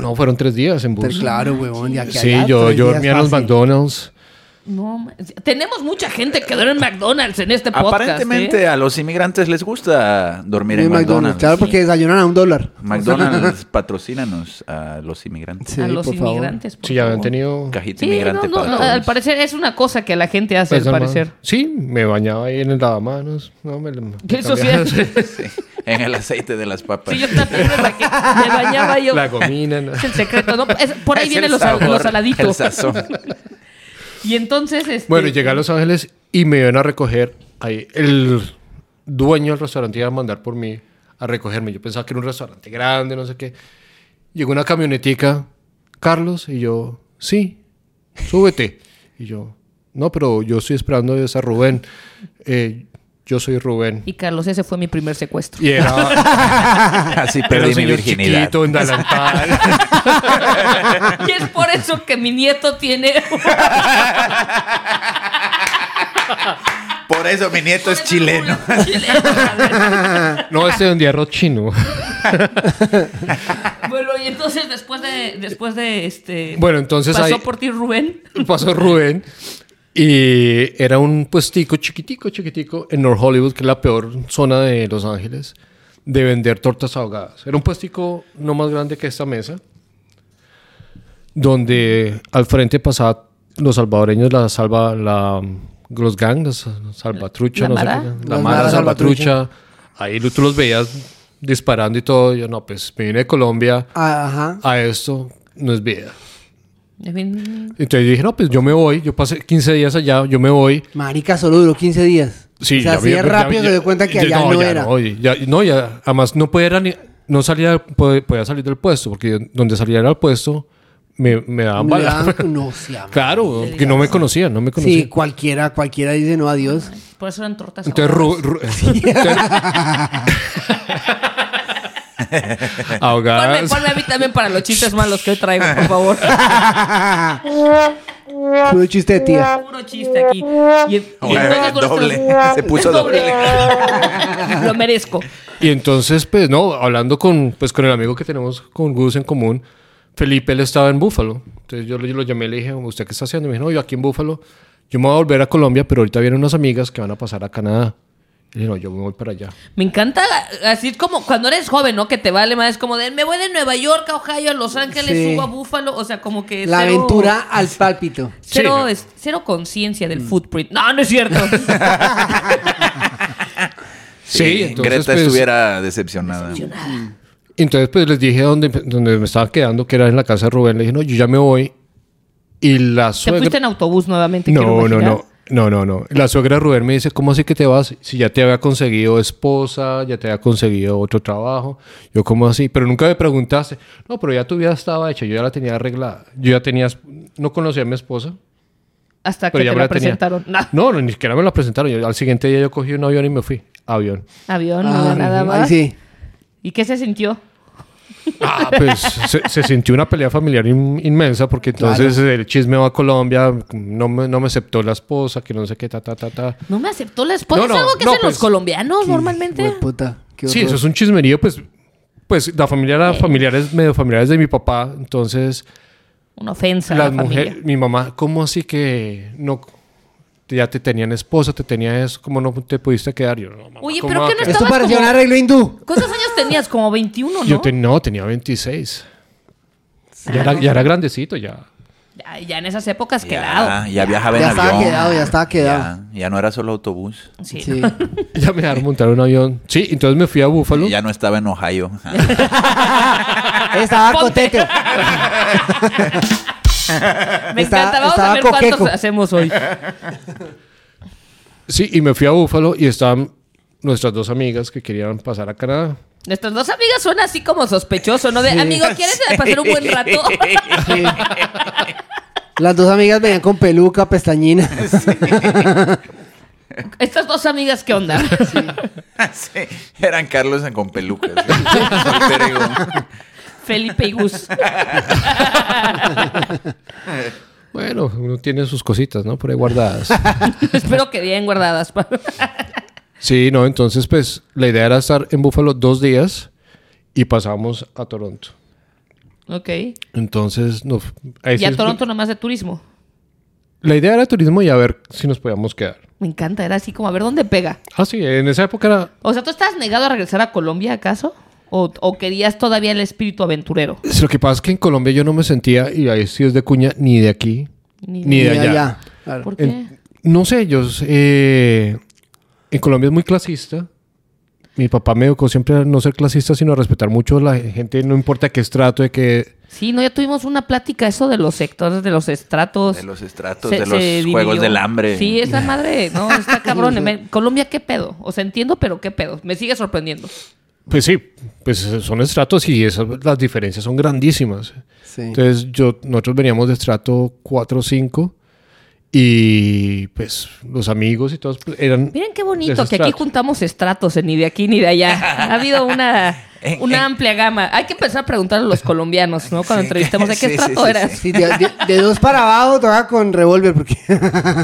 Speaker 4: No, fueron tres días en
Speaker 2: Pero
Speaker 4: bus.
Speaker 2: claro, huevón. y aquí
Speaker 4: Sí,
Speaker 2: allá,
Speaker 4: yo,
Speaker 2: tres
Speaker 4: yo
Speaker 2: días
Speaker 4: dormía en los
Speaker 2: fácil.
Speaker 4: McDonald's.
Speaker 1: No, ma- tenemos mucha gente que duerme en McDonald's en este podcast.
Speaker 3: Aparentemente
Speaker 1: ¿eh?
Speaker 3: a los inmigrantes les gusta dormir
Speaker 2: En
Speaker 3: en
Speaker 2: McDonald's.
Speaker 3: McDonald's.
Speaker 2: Claro, porque desayunan a un dólar.
Speaker 3: McDonald's patrocínanos a los inmigrantes.
Speaker 2: Sí,
Speaker 1: a los
Speaker 2: por favor.
Speaker 1: inmigrantes. por
Speaker 4: Sí, ya
Speaker 1: favor.
Speaker 2: Oh,
Speaker 4: habían tenido...
Speaker 3: Cajita
Speaker 1: Sí, no,
Speaker 3: inmigrante
Speaker 1: no,
Speaker 3: para
Speaker 1: no,
Speaker 3: todos.
Speaker 1: al parecer es una cosa que la gente hace,
Speaker 4: Pues,
Speaker 1: al
Speaker 4: normal.
Speaker 1: parecer.
Speaker 4: Sí, me bañaba ahí en el lavamanos. No, me, me
Speaker 1: Que Eso sí,
Speaker 4: cambiaba
Speaker 3: Sí, en el aceite de las papas.
Speaker 1: sí, yo también me saqué- me bañaba yo.
Speaker 4: La gomina. ¿no?
Speaker 1: Es el secreto, ¿no? Es- por ahí
Speaker 3: Es
Speaker 1: vienen
Speaker 3: el
Speaker 1: los, sal-
Speaker 3: sabor,
Speaker 1: los saladitos.
Speaker 3: El sazón.
Speaker 1: Y entonces, este,
Speaker 4: Bueno, llegué a Los Ángeles y me iban a recoger ahí. El dueño del restaurante iba a mandar por mí a recogerme. Yo pensaba que era un restaurante grande, no sé qué. Llegó una camionetica, Carlos, y yo, sí, súbete. Y yo, no, pero yo estoy esperando a Rubén. Eh, yo soy Rubén.
Speaker 1: y Carlos, ese fue mi primer secuestro.
Speaker 4: Y era,
Speaker 3: Así
Speaker 4: era un
Speaker 3: perdí mi
Speaker 4: señor
Speaker 3: virginidad.
Speaker 4: chiquito, endalantal.
Speaker 1: Y es por eso que mi nieto tiene.
Speaker 3: Por eso mi nieto es chileno.
Speaker 1: Chileno, madre.
Speaker 4: no, ese es un diarro chino.
Speaker 1: bueno, y entonces después de. Después de este,
Speaker 4: Bueno, entonces
Speaker 1: Pasó
Speaker 4: ahí-
Speaker 1: por ti, Rubén.
Speaker 4: pasó Rubén y era un puestico chiquitico, chiquitico en North Hollywood, que es la peor zona de Los Ángeles, de vender tortas ahogadas. Era un puestico no más grande que esta mesa, donde al frente pasaban los salvadoreños, la salva, la, los gangs, la salvatrucha,
Speaker 1: ¿La
Speaker 4: no sé
Speaker 1: Mara?
Speaker 4: qué,
Speaker 2: Los
Speaker 4: la mala
Speaker 2: Mara
Speaker 4: salvatrucha. Ahí tú los veías disparando y todo. Yo, no, pues me vine de Colombia
Speaker 2: Ah, Ajá.
Speaker 4: a esto, no es vida.
Speaker 1: En fin,
Speaker 4: Entonces dije, no, pues yo me voy, yo pasé 15 días allá, yo me voy.
Speaker 2: Marica, solo duró 15 días.
Speaker 4: Sí,
Speaker 2: o sea,
Speaker 4: ya
Speaker 2: así
Speaker 4: vi-
Speaker 2: de
Speaker 4: ya-
Speaker 2: rápido
Speaker 4: ya-
Speaker 2: se dio cuenta que
Speaker 4: ya-
Speaker 2: allá no,
Speaker 4: ya
Speaker 2: era.
Speaker 4: No, ya, no, ya, además no podía, era ni- no salía, pod- podía salir del puesto, porque yo- donde saliera del puesto me, me daban
Speaker 2: Me
Speaker 4: bala.
Speaker 2: daban- no, sí, amor.
Speaker 4: claro, que no me conocían, no me conocían.
Speaker 2: Sí, cualquiera, cualquiera dice no adiós.
Speaker 1: por eso eran tortas.
Speaker 4: Entonces,
Speaker 1: ahogadas.
Speaker 4: Ru- Ru- Entonces-
Speaker 1: Ponme,
Speaker 4: ahogadas.
Speaker 1: ponme a mí también para los chistes malos que hoy traigo, por favor.
Speaker 2: Puro chiste de tía.
Speaker 1: Puro chiste aquí. Y, y entonces, por eso-
Speaker 3: doble. Se puso
Speaker 1: Doble.
Speaker 3: doble.
Speaker 1: Lo merezco.
Speaker 4: Y entonces, pues, no, hablando con, pues, con el amigo que tenemos con Gus en común, Felipe, él estaba en Búfalo. Entonces yo lo, yo lo llamé y le dije, ¿usted qué está haciendo? Y me dijo, no, yo aquí en Búfalo, yo me voy a volver a Colombia, pero ahorita vienen unas amigas que van a pasar a Canadá. Y dije, no, yo me voy para allá.
Speaker 1: Me encanta, así como cuando eres joven, ¿no? Que te vale más, es como de, me voy de Nueva York a Ohio, a Los Ángeles,
Speaker 2: Sí.
Speaker 1: subo a Búfalo, o sea, como que...
Speaker 2: La
Speaker 1: cero-
Speaker 2: aventura Mm. al pálpito.
Speaker 1: Cero,
Speaker 4: Sí.
Speaker 1: es- cero conciencia del footprint. No, no es cierto.
Speaker 4: Sí, entonces,
Speaker 3: Greta
Speaker 4: pues,
Speaker 3: estuviera decepcionada.
Speaker 4: entonces pues les dije dónde, dónde me estaba quedando, que era en la casa de Rubén. Le dije, no, yo ya me voy. Y la
Speaker 1: te
Speaker 4: suegra...
Speaker 1: fuiste en autobús nuevamente.
Speaker 4: No,
Speaker 1: quiero
Speaker 4: no,
Speaker 1: imaginar.
Speaker 4: no. No, no, no. La suegra de Rubén me dice, ¿cómo así que te vas? Si ya te había conseguido esposa, ya te había conseguido otro trabajo. Yo, ¿cómo así? Pero nunca me preguntaste. No, pero ya tu vida estaba hecha. Yo ya la tenía arreglada. Yo ya tenía... esp- No conocía a mi esposa.
Speaker 1: Hasta que
Speaker 4: Pero ya
Speaker 1: te
Speaker 4: me
Speaker 1: la
Speaker 4: la tenía.
Speaker 1: presentaron. No,
Speaker 4: No, no, ni siquiera me la presentaron. Yo- al siguiente día yo cogí un avión y me fui. Avión.
Speaker 1: avión,
Speaker 2: Ah,
Speaker 1: no, nada
Speaker 2: ay,
Speaker 1: más.
Speaker 2: sí.
Speaker 1: ¿Y qué se sintió?
Speaker 4: Ah, pues se, se sintió una pelea familiar in- inmensa porque entonces el chisme va a Colombia. No me, no me aceptó la esposa, que no sé qué, ta, ta, ta, ta.
Speaker 1: No me aceptó la esposa.
Speaker 4: No, no,
Speaker 1: es algo que
Speaker 4: no,
Speaker 1: hacen los
Speaker 4: pues,
Speaker 1: colombianos normalmente.
Speaker 2: Hue puta, qué
Speaker 4: Sí,
Speaker 2: horror.
Speaker 4: eso es un chismerío, pues, pues la familia era
Speaker 1: Eh.
Speaker 4: familiares, medio familiares de mi papá, entonces
Speaker 1: Una ofensa. a
Speaker 4: las
Speaker 1: la familia.
Speaker 4: mujeres, mi mamá, ¿cómo así que no? Ya te tenían esposa, te tenían eso, ¿cómo no te pudiste quedar? Yo, no, mamá,
Speaker 1: Oye,
Speaker 4: ¿cómo
Speaker 1: pero
Speaker 4: va
Speaker 1: que
Speaker 4: a
Speaker 1: no
Speaker 4: quedar?
Speaker 2: Esto
Speaker 1: Estabas
Speaker 2: parecía
Speaker 1: como-
Speaker 2: un arreglo hindú.
Speaker 1: ¿Cuántos años tenías? Como 21, ¿no?
Speaker 4: Yo te- no, tenía 26. Ya era, ya era grandecito, ya.
Speaker 1: Ya, ya en esas épocas
Speaker 3: Ya,
Speaker 1: quedado.
Speaker 3: ya viajaba en
Speaker 2: Ya
Speaker 3: avión.
Speaker 2: estaba quedado, ya estaba quedado.
Speaker 3: Ya, ya no era solo autobús.
Speaker 1: Sí.
Speaker 2: Sí.
Speaker 4: Ya me dejaron montar un avión. Sí, entonces me fui a Búfalo.
Speaker 3: Ya no estaba en Ohio.
Speaker 2: Estaba
Speaker 1: Ponte.
Speaker 2: cotete.
Speaker 1: Me
Speaker 2: Está-
Speaker 1: encanta. Vamos a
Speaker 2: estaba
Speaker 1: ver
Speaker 2: coqueco.
Speaker 1: cuántos hacemos hoy.
Speaker 4: Sí, y me fui a Búfalo y estaban nuestras dos amigas que querían pasar a Canadá.
Speaker 1: Nuestras dos amigas son así como sospechoso, ¿no? De
Speaker 2: Sí.
Speaker 1: amigo, ¿quieres pasar un buen rato?
Speaker 2: Sí. Las dos amigas venían con peluca, pestañina.
Speaker 1: Estas dos amigas, ¿qué onda?
Speaker 3: Sí, eran Carlos en- con pelucas. ¿eh? Alter ego.
Speaker 1: Felipe y Gus.
Speaker 4: Bueno, uno tiene sus cositas, ¿no? Por ahí guardadas.
Speaker 1: Espero que bien guardadas.
Speaker 4: Sí, no, entonces pues la idea era estar en Buffalo dos días y pasamos a Toronto.
Speaker 1: Ok.
Speaker 4: Entonces, no. ahí
Speaker 1: Y
Speaker 4: sí-
Speaker 1: a Toronto nomás de turismo.
Speaker 4: La idea era turismo y a ver si nos podíamos quedar.
Speaker 1: Me encanta, era así como a ver dónde pega.
Speaker 4: Ah, sí, en esa época era.
Speaker 1: O sea, ¿tú estabas negado a regresar a Colombia acaso? ¿O, o querías todavía el espíritu aventurero?
Speaker 4: es Lo que pasa es que en Colombia yo no me sentía, y ahí sí es de cuña, ni de aquí,
Speaker 1: Ni
Speaker 4: ni,
Speaker 1: de-
Speaker 2: Y
Speaker 4: de allá.
Speaker 2: Claro.
Speaker 1: ¿Por qué?
Speaker 4: En- no sé, ellos. en Colombia es muy clasista. Mi papá me educó siempre a no ser clasista, sino a respetar mucho a la gente, no importa qué estrato, de que
Speaker 1: Sí, no, ya tuvimos una plática eso de los sectores, de los estratos.
Speaker 3: De los estratos,
Speaker 1: Se-
Speaker 3: de
Speaker 1: se
Speaker 3: los juegos
Speaker 1: dividió.
Speaker 3: del hambre.
Speaker 1: Sí, esa madre, no, está cabrón. Me- Colombia, ¿qué pedo? O sea, entiendo, pero ¿qué pedo? Me sigue sorprendiendo.
Speaker 4: Pues sí, pues son estratos y esas, las diferencias son grandísimas.
Speaker 2: Sí.
Speaker 4: Entonces, yo, nosotros veníamos de estrato 4 o 5 y pues los amigos y todos pues, eran...
Speaker 1: Miren qué
Speaker 4: de
Speaker 1: bonito
Speaker 4: esos
Speaker 1: que aquí
Speaker 4: estratos.
Speaker 1: juntamos estratos, eh, ni de aquí ni de allá. Ha habido una,
Speaker 3: En-
Speaker 1: una
Speaker 3: en-
Speaker 1: amplia gama. Hay que empezar a preguntar a los colombianos, ¿no? Cuando
Speaker 3: Sí,
Speaker 1: entrevistemos, ¿de qué
Speaker 3: sí, sí,
Speaker 1: estrato
Speaker 3: sí,
Speaker 1: eras?
Speaker 2: Sí, de, de- de dos para abajo toca con revólver porque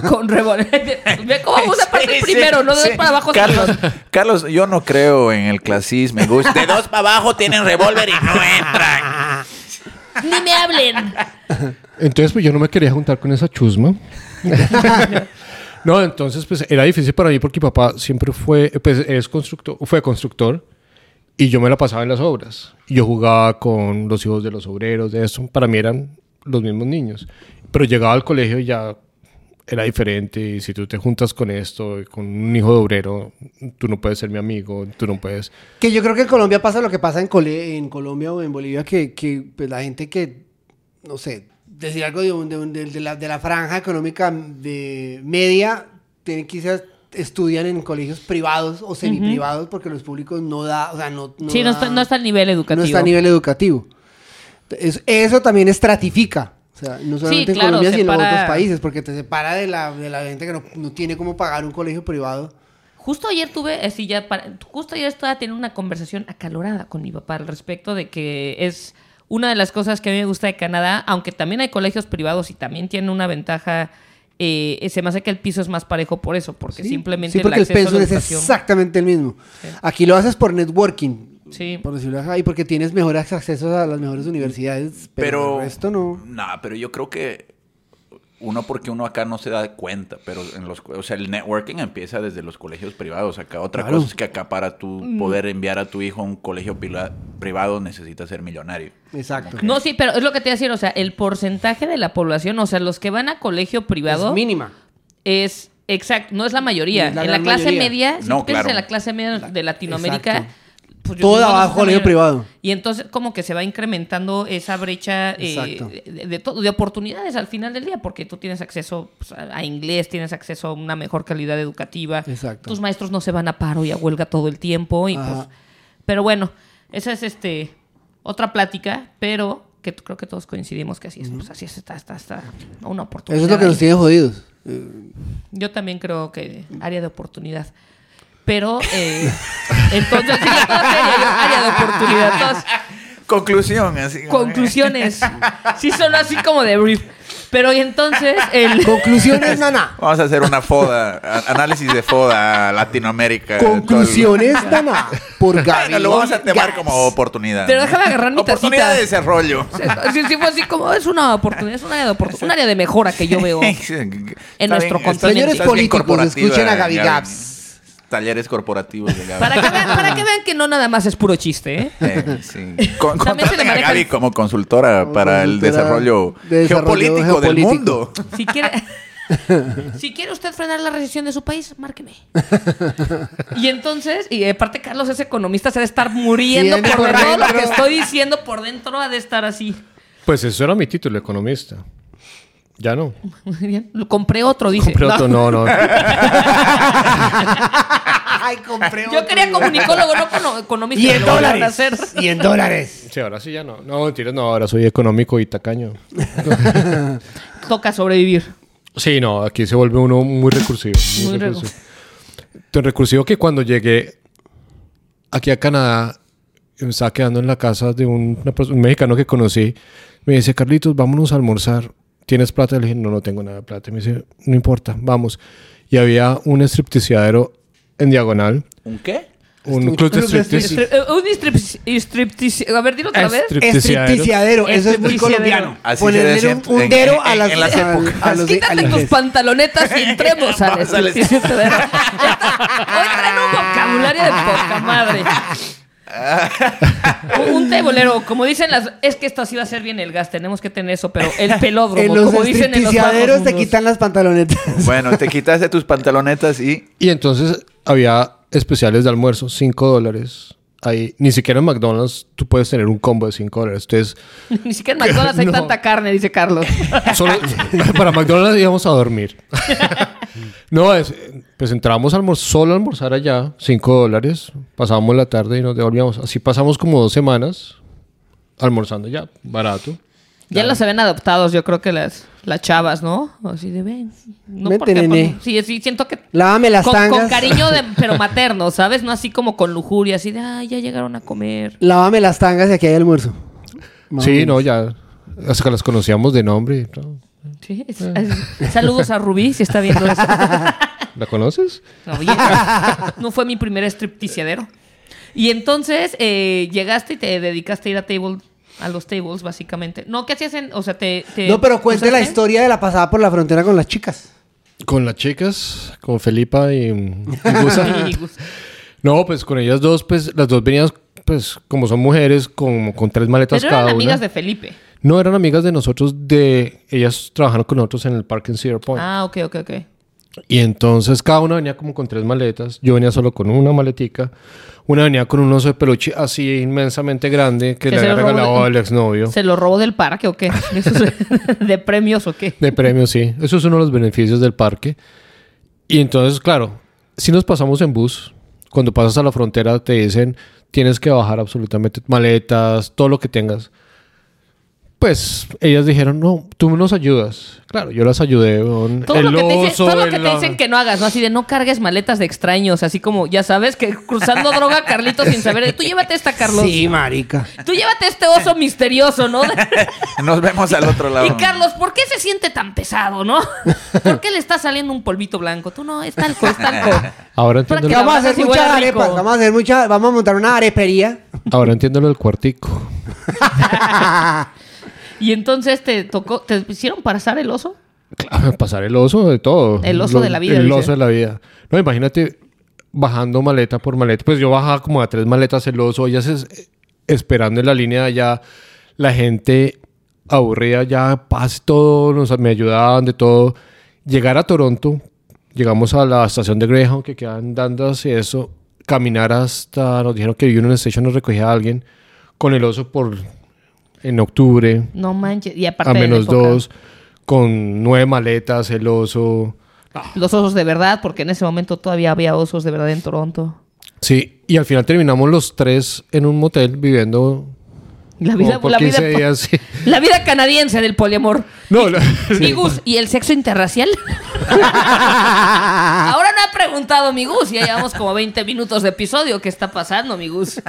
Speaker 1: Con revólver. Ve cómo Oh, vamos a partir
Speaker 3: Sí, sí,
Speaker 1: primero, no de
Speaker 3: sí.
Speaker 1: dos para abajo.
Speaker 3: Carlos,
Speaker 1: sino-
Speaker 3: Carlos, yo no creo en el clasismo. Me gusta. De dos para abajo tienen revólver y no entran.
Speaker 1: Ni me hablen.
Speaker 4: Entonces, pues yo no me quería juntar con esa chusma. no, entonces, pues era difícil para mí porque mi papá siempre fue, pues es constructor, fue constructor y yo me la pasaba en las obras. Y Yo jugaba con los hijos de los obreros, de eso. Para mí eran los mismos niños. Pero llegaba al colegio y ya era diferente. Y si tú te juntas con esto, y con un hijo de obrero, tú no puedes ser mi amigo, tú no puedes.
Speaker 2: que yo creo que en Colombia pasa lo que pasa en, Cole- en Colombia o en Bolivia que, que, pues, la gente que no sé decir algo de, un- de un- de- de la, de la franja económica de media tienen que irse a- estudian en colegios privados o semiprivados porque los públicos no da o sea no, no
Speaker 1: Sí, no
Speaker 2: da-
Speaker 1: está, no está al nivel educativo.
Speaker 2: no está a nivel educativo. Es- eso también estratifica. O sea, no solamente en
Speaker 1: claro,
Speaker 2: Colombia, sino en
Speaker 1: separa-
Speaker 2: otros países, porque te separa de la, de la gente que no, no tiene cómo pagar un colegio privado.
Speaker 1: Justo ayer tuve, eh, sí, ya para- justo ayer estaba teniendo una conversación acalorada con mi papá al respecto de que es una de las cosas que a mí me gusta de Canadá, aunque también hay colegios privados y también tienen una ventaja, eh, se me hace que el piso es más parejo por eso, porque simplemente
Speaker 2: Sí, porque el
Speaker 1: acceso a la
Speaker 2: peso es
Speaker 1: educación-
Speaker 2: exactamente el mismo. Aquí lo haces por networking,
Speaker 1: Sí.
Speaker 2: por decirlo ahí, porque tienes mejores accesos a las mejores universidades, pero,
Speaker 3: Pero.
Speaker 2: el resto no.
Speaker 3: Nah, pero yo creo que. Uno, porque uno acá no se da cuenta, pero en los. O sea, el networking empieza desde los colegios privados. Acá otra
Speaker 2: Claro.
Speaker 3: cosa es que acá para
Speaker 1: Mm.
Speaker 3: tú poder enviar a tu hijo a un colegio pila- privado necesitas ser millonario.
Speaker 2: Exacto.
Speaker 1: No, sí, pero es lo que te iba a decir, o sea, el porcentaje de la población, o sea, los que van a colegio privado...
Speaker 2: es mínima.
Speaker 1: es exacto, no es la mayoría.
Speaker 2: Es la
Speaker 1: en la
Speaker 2: gran
Speaker 1: clase
Speaker 2: mayoría.
Speaker 1: media, si
Speaker 3: No,
Speaker 1: tú piensas
Speaker 3: claro.
Speaker 1: en la clase media de Latinoamérica,
Speaker 2: exacto.
Speaker 1: pues, yo supongo
Speaker 2: Todo
Speaker 1: que
Speaker 2: abajo,
Speaker 1: es la
Speaker 2: colegio
Speaker 1: mayoría.
Speaker 2: privado.
Speaker 1: Y entonces como que se va incrementando esa brecha eh,
Speaker 2: Exacto.
Speaker 1: de, de todo, de oportunidades al final del día, porque tú tienes acceso pues, a, a inglés, tienes acceso a una mejor calidad educativa,
Speaker 2: Exacto.
Speaker 1: tus maestros no se van a paro y a huelga todo el tiempo, y
Speaker 2: Ajá.
Speaker 1: pues, pero bueno, esa es este otra plática, pero que t- creo que todos coincidimos que así es, pues así es, está, está, está una oportunidad.
Speaker 2: Eso es lo que
Speaker 1: ahí.
Speaker 2: nos tiene jodidos. Eh,
Speaker 1: Yo también creo que área de oportunidad. Pero, eh, entonces, sí, yo todo serio, yo, área de oportunidad. todas-
Speaker 3: Conclusión, así.
Speaker 1: conclusiones. Sí, son así como de brief. Pero y entonces, el.
Speaker 2: Conclusiones, nana.
Speaker 3: Vamos a hacer una foda, a- análisis de foda a Latinoamérica.
Speaker 2: Eh, Conclusiones, nana. Por
Speaker 3: Todo el-
Speaker 2: Gabriel.
Speaker 3: Bueno, lo vamos a temar
Speaker 2: Gas.
Speaker 3: como oportunidad.
Speaker 1: Pero déjame agarrar mi
Speaker 3: Oportunidad
Speaker 1: tacita.
Speaker 3: de desarrollo.
Speaker 1: Sí, sí, fue así como es una oportunidad, es un área de oportunidad, un área de mejora que yo veo.
Speaker 3: en
Speaker 1: nuestro continente.
Speaker 2: Señores políticos, escuchen a Gaby Gaps.
Speaker 3: Talleres corporativos de Gaby.
Speaker 1: Para que vean, para que, vean que no nada más es puro chiste, ¿eh?
Speaker 3: Eh, sí. Con-
Speaker 1: También se le
Speaker 3: contraten a
Speaker 1: maneja
Speaker 3: Gaby
Speaker 1: el-
Speaker 3: como consultora
Speaker 2: Como
Speaker 3: para el
Speaker 2: consultora
Speaker 3: desarrollo,
Speaker 2: de desarrollo
Speaker 3: geopolítico, del
Speaker 2: geopolítico.
Speaker 3: mundo.
Speaker 1: Si quiere, si quiere usted frenar la recesión de su país, márqueme. Y entonces, y aparte Carlos es economista, se debe estar muriendo
Speaker 2: Sí,
Speaker 1: por,
Speaker 2: ande por
Speaker 1: todo lo
Speaker 2: dentro.
Speaker 1: que estoy diciendo por dentro, ha de estar así.
Speaker 4: Pues eso era mi título, economista. Ya no.
Speaker 1: Muy bien. Lo compré otro, dice.
Speaker 4: Compré otro,
Speaker 1: No.
Speaker 4: no, no.
Speaker 2: Ay, compré
Speaker 1: Yo quería comunicólogo, no cono- economista.
Speaker 2: Y en
Speaker 1: lo voy a
Speaker 2: dólares.
Speaker 1: hacer.
Speaker 2: Y en dólares.
Speaker 4: Sí, ahora sí ya no. No, mentira, no, ahora soy económico y tacaño.
Speaker 1: Toca sobrevivir.
Speaker 4: Sí, no, aquí se vuelve uno muy recursivo. Muy,
Speaker 1: Muy rego.
Speaker 4: recursivo. Tan recursivo que cuando llegué aquí a Canadá, me estaba quedando en la casa de un, una perso- un mexicano que conocí. Me dice, Carlitos, vámonos a almorzar. ¿Tienes plata? Le dije, no, no tengo nada de plata. Y me dice, no importa, vamos. Y había un stripticiadero en diagonal.
Speaker 3: ¿Un qué?
Speaker 4: Un club de
Speaker 2: club de
Speaker 4: striptease.
Speaker 1: Strip- eh, Un striptease- striptease. A ver, dilo otra vez.
Speaker 2: Estripticiadero,
Speaker 1: Este
Speaker 2: eso es muy
Speaker 1: Estripticiadero.
Speaker 2: colombiano.
Speaker 3: Así se
Speaker 2: Ponerle
Speaker 3: decía
Speaker 2: un, un
Speaker 3: en-
Speaker 2: dero
Speaker 3: en-
Speaker 2: a
Speaker 3: en-
Speaker 2: las,
Speaker 3: en las
Speaker 2: a- a los de- al
Speaker 1: Quítate tus
Speaker 2: inglés.
Speaker 1: pantalonetas y entremos al
Speaker 3: Vamos al
Speaker 1: striptease. Ya está. Hoy traen un vocabulario de poca madre. Un- un tebolero, como dicen las. Es que esto sí va a ser bien el gas, tenemos que tener eso, pero el pelódromo,
Speaker 2: En los
Speaker 1: como dicen en los bajos
Speaker 2: estripticiaderos te
Speaker 1: mundos.
Speaker 2: quitan las pantalonetas.
Speaker 3: Bueno, te quitaste tus pantalonetas y
Speaker 4: Y entonces había especiales de almuerzo, 5 dólares. Ahí, ni siquiera en McDonald's tú puedes tener un combo de 5 dólares. Entonces,
Speaker 1: Ni siquiera en McDonald's hay
Speaker 4: No.
Speaker 1: tanta carne, dice Carlos.
Speaker 4: solo para McDonald's íbamos a dormir. no, es, pues entrábamos a almor- solo a almorzar allá, 5 dólares. Pasábamos la tarde y nos devolvíamos. Así pasamos como dos semanas almorzando ya, barato.
Speaker 1: Ya los habían adoptados, yo creo que las, las chavas, ¿no? Así de ven. No
Speaker 2: Vente,
Speaker 1: porque, pues,
Speaker 2: nene.
Speaker 1: sí, sí, siento que.
Speaker 2: Lávame las
Speaker 1: con,
Speaker 2: tangas.
Speaker 1: con cariño, de- pero materno, ¿sabes? No así como con lujuria, así de, ay, ya llegaron a comer.
Speaker 2: Lávame las tangas y aquí hay almuerzo. Más
Speaker 4: sí,
Speaker 2: o
Speaker 4: no,
Speaker 2: menos.
Speaker 4: ya. Hasta que las conocíamos de nombre. y todo.
Speaker 1: Sí, es-
Speaker 4: Eh.
Speaker 1: es- saludos a Rubí, si está viendo eso.
Speaker 4: ¿La conoces?
Speaker 1: No, oye, no fue mi primer stripticiadero. Y entonces eh, llegaste y te dedicaste a ir a table, a los tables, básicamente. No, ¿qué hacías en...? O sea, te... te-
Speaker 2: No, pero cuente la
Speaker 1: ¿usaste?
Speaker 2: historia de la pasada por la frontera con las chicas.
Speaker 4: Con las chicas, con Felipa y, y Gusa.
Speaker 1: Y Gus-
Speaker 4: No, pues con ellas dos, pues las dos venían, pues como son mujeres, con, con tres maletas
Speaker 1: Pero
Speaker 4: cada
Speaker 1: eran
Speaker 4: una.
Speaker 1: amigas de Felipe.
Speaker 4: No eran amigas de nosotros, de ellas trabajaron con nosotros en el parque en Cedar Point.
Speaker 1: Ah, ok, ok, ok.
Speaker 4: Y entonces cada una venía como con tres maletas. Yo venía solo con una maletica. Una venía con un oso de peluche así inmensamente grande
Speaker 1: Que
Speaker 4: que le
Speaker 1: se
Speaker 4: había
Speaker 1: lo robó
Speaker 4: regalado
Speaker 1: de-
Speaker 4: al exnovio.
Speaker 1: ¿Se lo robó del parque o qué? ¿De, esos- de premios o qué?
Speaker 4: De premios, sí. Eso es uno de los beneficios del parque. Y entonces, claro, si nos pasamos en bus, cuando pasas a la frontera te dicen tienes que bajar absolutamente maletas, todo lo que tengas. Pues ellas dijeron, no, tú nos ayudas. Claro, yo las ayudé. weón.
Speaker 1: Todo, lo que, te dicen,
Speaker 4: oso,
Speaker 1: todo lo que
Speaker 4: el-
Speaker 1: te dicen que no hagas, ¿no? Así de no cargues maletas de extraños, así como, ya sabes, que cruzando droga Carlitos sin saber. Tú llévate esta, Carlos.
Speaker 2: Sí, marica.
Speaker 1: Tú llévate este oso misterioso, ¿no?
Speaker 3: nos vemos al otro lado.
Speaker 1: Y Carlos, ¿por qué se siente tan pesado, no? ¿Por qué le está saliendo un polvito blanco? Tú no, es talco, es talco.
Speaker 4: Ahora entiendo,
Speaker 1: Que
Speaker 2: Que
Speaker 1: la
Speaker 2: vamos a
Speaker 1: abraza
Speaker 2: hacer
Speaker 1: si huele
Speaker 2: muchas
Speaker 1: rico.
Speaker 2: arepas. Vamos a hacer muchas... Vamos a montar una arepería.
Speaker 4: ahora entiendo lo del cuartico.
Speaker 1: Y entonces te tocó, ¿te hicieron pasar el oso?
Speaker 4: Claro, pasar el oso de todo.
Speaker 1: El oso de la vida,
Speaker 4: El
Speaker 1: dice.
Speaker 4: oso de la vida. No, imagínate bajando maleta por maleta. Pues yo bajaba como a tres maletas el oso, ellas es- esperando en la línea de allá. La gente aburrida ya, paz, todo, nos, me ayudaban de todo. Llegar a Toronto, llegamos a la estación de Greyhound que quedan dando hacia eso. Caminar hasta, nos dijeron que Union Station nos recogía a alguien con el oso por en octubre
Speaker 1: No manches. Y aparte
Speaker 4: a
Speaker 1: de la
Speaker 4: menos
Speaker 1: época,
Speaker 4: dos, con nueve maletas, el oso.
Speaker 1: Los osos de verdad, porque en ese momento todavía había osos de verdad en Toronto.
Speaker 4: Sí, y al final terminamos los tres en un motel viviendo
Speaker 1: La
Speaker 4: como
Speaker 1: vida,
Speaker 4: por
Speaker 1: la
Speaker 4: 15
Speaker 1: vida,
Speaker 4: días. sí.
Speaker 1: la vida canadiense del poliamor.
Speaker 4: No, la-
Speaker 1: Mi Gus, ¿y el sexo interracial? Ahora no ha preguntado mi Gus, ya llevamos como 20 minutos de episodio. ¿Qué está pasando, mi Gus?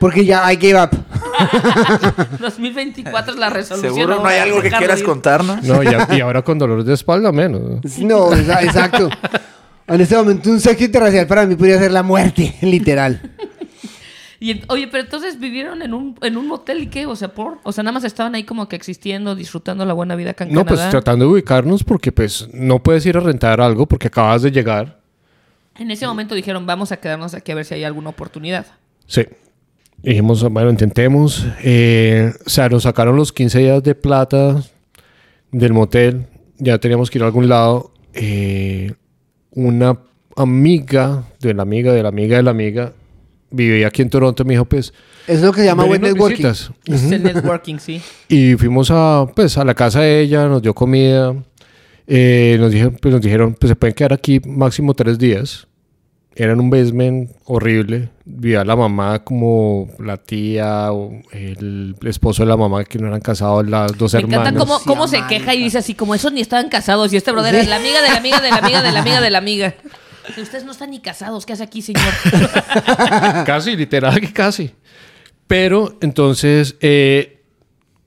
Speaker 2: Porque ya I gave up.
Speaker 1: 2024 es la resolución.
Speaker 3: Seguro no
Speaker 1: ahora
Speaker 3: hay
Speaker 1: de
Speaker 3: algo que
Speaker 1: dejarlo
Speaker 3: quieras
Speaker 1: ir.
Speaker 3: contarnos.
Speaker 4: no, ya- y ahora con dolor de espalda menos.
Speaker 2: No, esa- exacto. En este momento un sexo interracial para mí podría ser la muerte, literal.
Speaker 1: Y en- oye, pero entonces vivieron en un, en un motel y qué, o sea, por, o sea, nada más estaban ahí como que existiendo, disfrutando la buena vida acá en
Speaker 4: No, pues
Speaker 1: Canadá.
Speaker 4: tratando de ubicarnos porque pues no puedes ir a rentar algo porque acabas de llegar.
Speaker 1: En ese momento dijeron, vamos a quedarnos aquí a ver si hay alguna oportunidad.
Speaker 4: Sí. Dijimos, bueno, intentemos. Eh, o sea, nos sacaron los 15 días de plata del motel. Ya teníamos que ir a algún lado. Eh, una amiga de la amiga de la amiga de la amiga vivía aquí en Toronto. Me dijo, pues,
Speaker 2: Es lo que se llama
Speaker 4: ven y
Speaker 2: buen
Speaker 4: nos
Speaker 2: networking.
Speaker 4: visitas.
Speaker 1: Es el Este networking, sí.
Speaker 4: Y fuimos a, pues, a la casa de ella, nos dio comida. Eh, nos, dijeron, pues, nos dijeron, pues se pueden quedar aquí máximo tres días. Era en un basement horrible. Vivía la mamá como la tía o el esposo de la mamá que no eran casados, las dos
Speaker 1: Me
Speaker 4: hermanas.
Speaker 1: encanta cómo,
Speaker 2: Sí,
Speaker 1: cómo se
Speaker 2: amante.
Speaker 1: queja y dice así, como esos ni estaban casados. Y este brother es la amiga de la amiga de la amiga de la amiga de la amiga. Y Ustedes no están ni casados, ¿qué hace aquí, señor?
Speaker 4: casi, literal que casi. Pero entonces eh,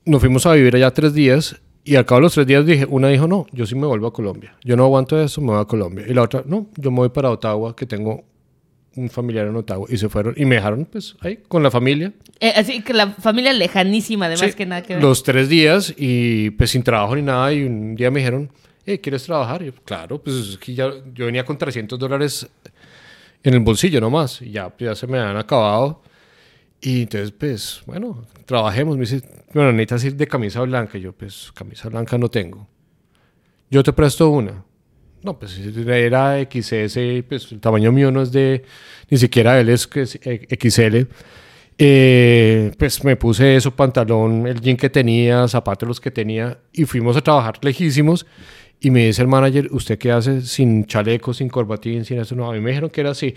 Speaker 4: nos fuimos a vivir allá tres días y al cabo de los tres días dije, una dijo, no, yo sí me vuelvo a Colombia. Yo no aguanto eso, me voy a Colombia. Y la otra, no, yo me voy para Ottawa que tengo un familiar en Ottawa y se fueron y me dejaron pues ahí con la familia.
Speaker 1: Eh, así que la familia lejanísima, además
Speaker 4: Sí,
Speaker 1: que nada que ver.
Speaker 4: Los tres días y pues sin trabajo ni nada y un día me dijeron, "Eh, ¿quieres trabajar? Y yo, claro, pues es que ya yo venía con 300 dólares en el bolsillo nomás y ya, ya se me han acabado. Y entonces, pues, bueno, trabajemos. Me dice, bueno, necesitas ir de camisa blanca. Y yo, pues, camisa blanca no tengo. Yo te presto una. No, pues era XS, pues el tamaño mío no es de, ni siquiera él es que es, eh, XL. Eh, pues me puse eso, pantalón, el jean que tenía, zapatos los que tenía, y fuimos a trabajar lejísimos. Y me dice el manager, ¿usted qué hace sin chaleco, sin corbatín, sin eso? No, a mí me dijeron que era así.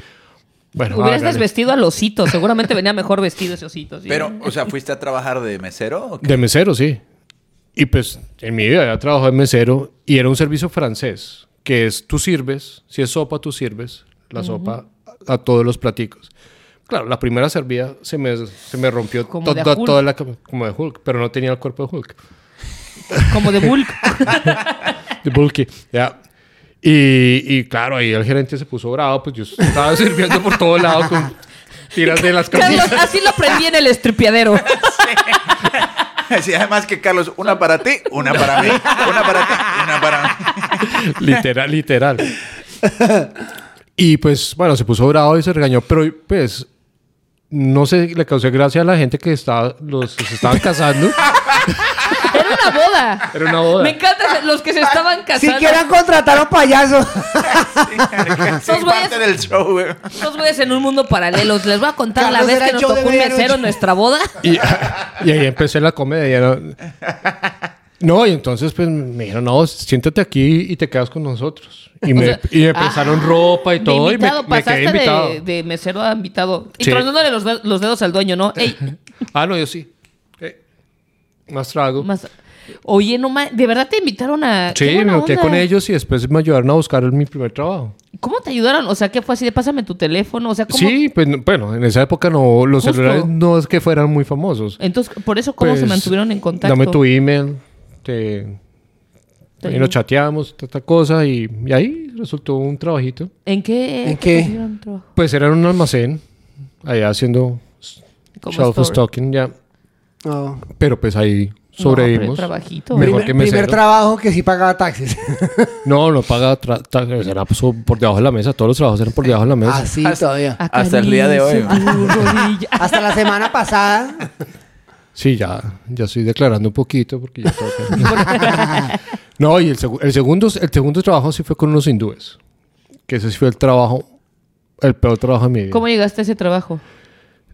Speaker 4: Bueno,
Speaker 1: Hubieras
Speaker 4: hágale.
Speaker 1: desvestido al osito, seguramente venía mejor vestido ese osito. ¿sí?
Speaker 3: Pero, o sea, ¿fuiste a trabajar de mesero? o qué?
Speaker 4: De mesero, sí. Y pues en mi vida había trabajado de mesero y era un servicio francés, que es tú sirves, si es sopa tú sirves la sopa a, a todos los platicos. Claro, la primera servía se me, se me rompió
Speaker 1: Como
Speaker 4: to-
Speaker 1: de
Speaker 4: to-
Speaker 1: Hulk.
Speaker 4: toda la cam- como de Hulk, pero no tenía el cuerpo de Hulk.
Speaker 1: Como de Bulk.
Speaker 4: De Bulky, ya. Y, y claro, ahí el gerente se puso bravo, pues yo estaba sirviendo por todo lado con tiras de las
Speaker 1: Carlos,
Speaker 4: camisas.
Speaker 1: así lo prendí en el estripiadero.
Speaker 3: Sí, además que Carlos, una para ti, una para mí, una para ti, una para mí.
Speaker 4: literal, literal. Y pues, bueno, se puso bravo y se regañó, pero pues, no sé, le causé gracia a la gente que estaba, los que se estaban casando.
Speaker 1: Era una boda.
Speaker 4: Era una boda.
Speaker 1: Me encanta los que se estaban casando.
Speaker 2: Siquiera contrataron payasos.
Speaker 3: Sí,
Speaker 1: Sos
Speaker 3: parte
Speaker 1: güeyes-
Speaker 3: del show, güey.
Speaker 1: Dos güeyes en un mundo paralelo. Les voy a contar
Speaker 2: Carlos,
Speaker 1: la vez
Speaker 2: era
Speaker 1: que nos
Speaker 2: yo de
Speaker 1: tocó un
Speaker 2: medianoche.
Speaker 1: mesero en nuestra boda.
Speaker 4: Y, y ahí empecé la comedia. ¿no? No, y entonces pues me dijeron, no, siéntate aquí y te quedas con nosotros. Y me,
Speaker 1: O sea, ah,
Speaker 4: y me prestaron ropa y
Speaker 1: De
Speaker 4: todo.
Speaker 1: invitado,
Speaker 4: y me- me, quedé
Speaker 1: pasaste
Speaker 4: invitado.
Speaker 1: de, de mesero a invitado. Y
Speaker 4: Sí.
Speaker 1: tronándole los, de- los dedos al dueño, ¿no? Ey,
Speaker 4: Ah, no, yo sí. Eh, más trago.
Speaker 1: más- Oye, no ma- ¿de verdad te invitaron a...? Qué
Speaker 4: sí, me
Speaker 1: buena
Speaker 4: quedé
Speaker 1: onda.
Speaker 4: con ellos y después me ayudaron a buscar mi primer trabajo.
Speaker 1: ¿Cómo te ayudaron? O sea, ¿qué fue así de pásame tu teléfono? O sea, ¿cómo...?
Speaker 4: Sí, pues no- bueno, en esa época no, los
Speaker 1: Justo.
Speaker 4: celulares no es que fueran muy famosos.
Speaker 1: Entonces, por eso, ¿cómo se
Speaker 4: Pues,
Speaker 1: mantuvieron en contacto?
Speaker 4: Dame tu email, te,
Speaker 1: Te-
Speaker 4: y nos chateamos, tanta cosa, y, y ahí resultó un trabajito.
Speaker 1: ¿En qué?
Speaker 2: ¿En qué?
Speaker 1: consiguieron trabajo?
Speaker 4: Pues era en un almacén, allá haciendo
Speaker 1: Como store.
Speaker 4: self-stocking, ya.
Speaker 2: No.
Speaker 4: Pero pues ahí
Speaker 1: No, hombre,
Speaker 4: sobrevivimos.
Speaker 1: trabajito.
Speaker 4: Mejor
Speaker 2: Primer,
Speaker 4: que
Speaker 2: primer
Speaker 4: mesero.
Speaker 2: trabajo que sí pagaba taxis.
Speaker 4: No, no paga, tra- tra- era so- por debajo de la mesa, todos los trabajos eran por debajo de la mesa.
Speaker 2: Así todavía.
Speaker 3: Hasta el día de hoy.
Speaker 1: Acaricia tu rodilla.
Speaker 2: Hasta la semana pasada.
Speaker 4: Sí, ya, ya estoy declarando un poquito porque ya toca. no, y el, segu- el segundo, el segundo trabajo sí fue con unos hindúes. Que ese sí fue el trabajo, el peor trabajo de mi vida.
Speaker 1: ¿Cómo llegaste a ese trabajo?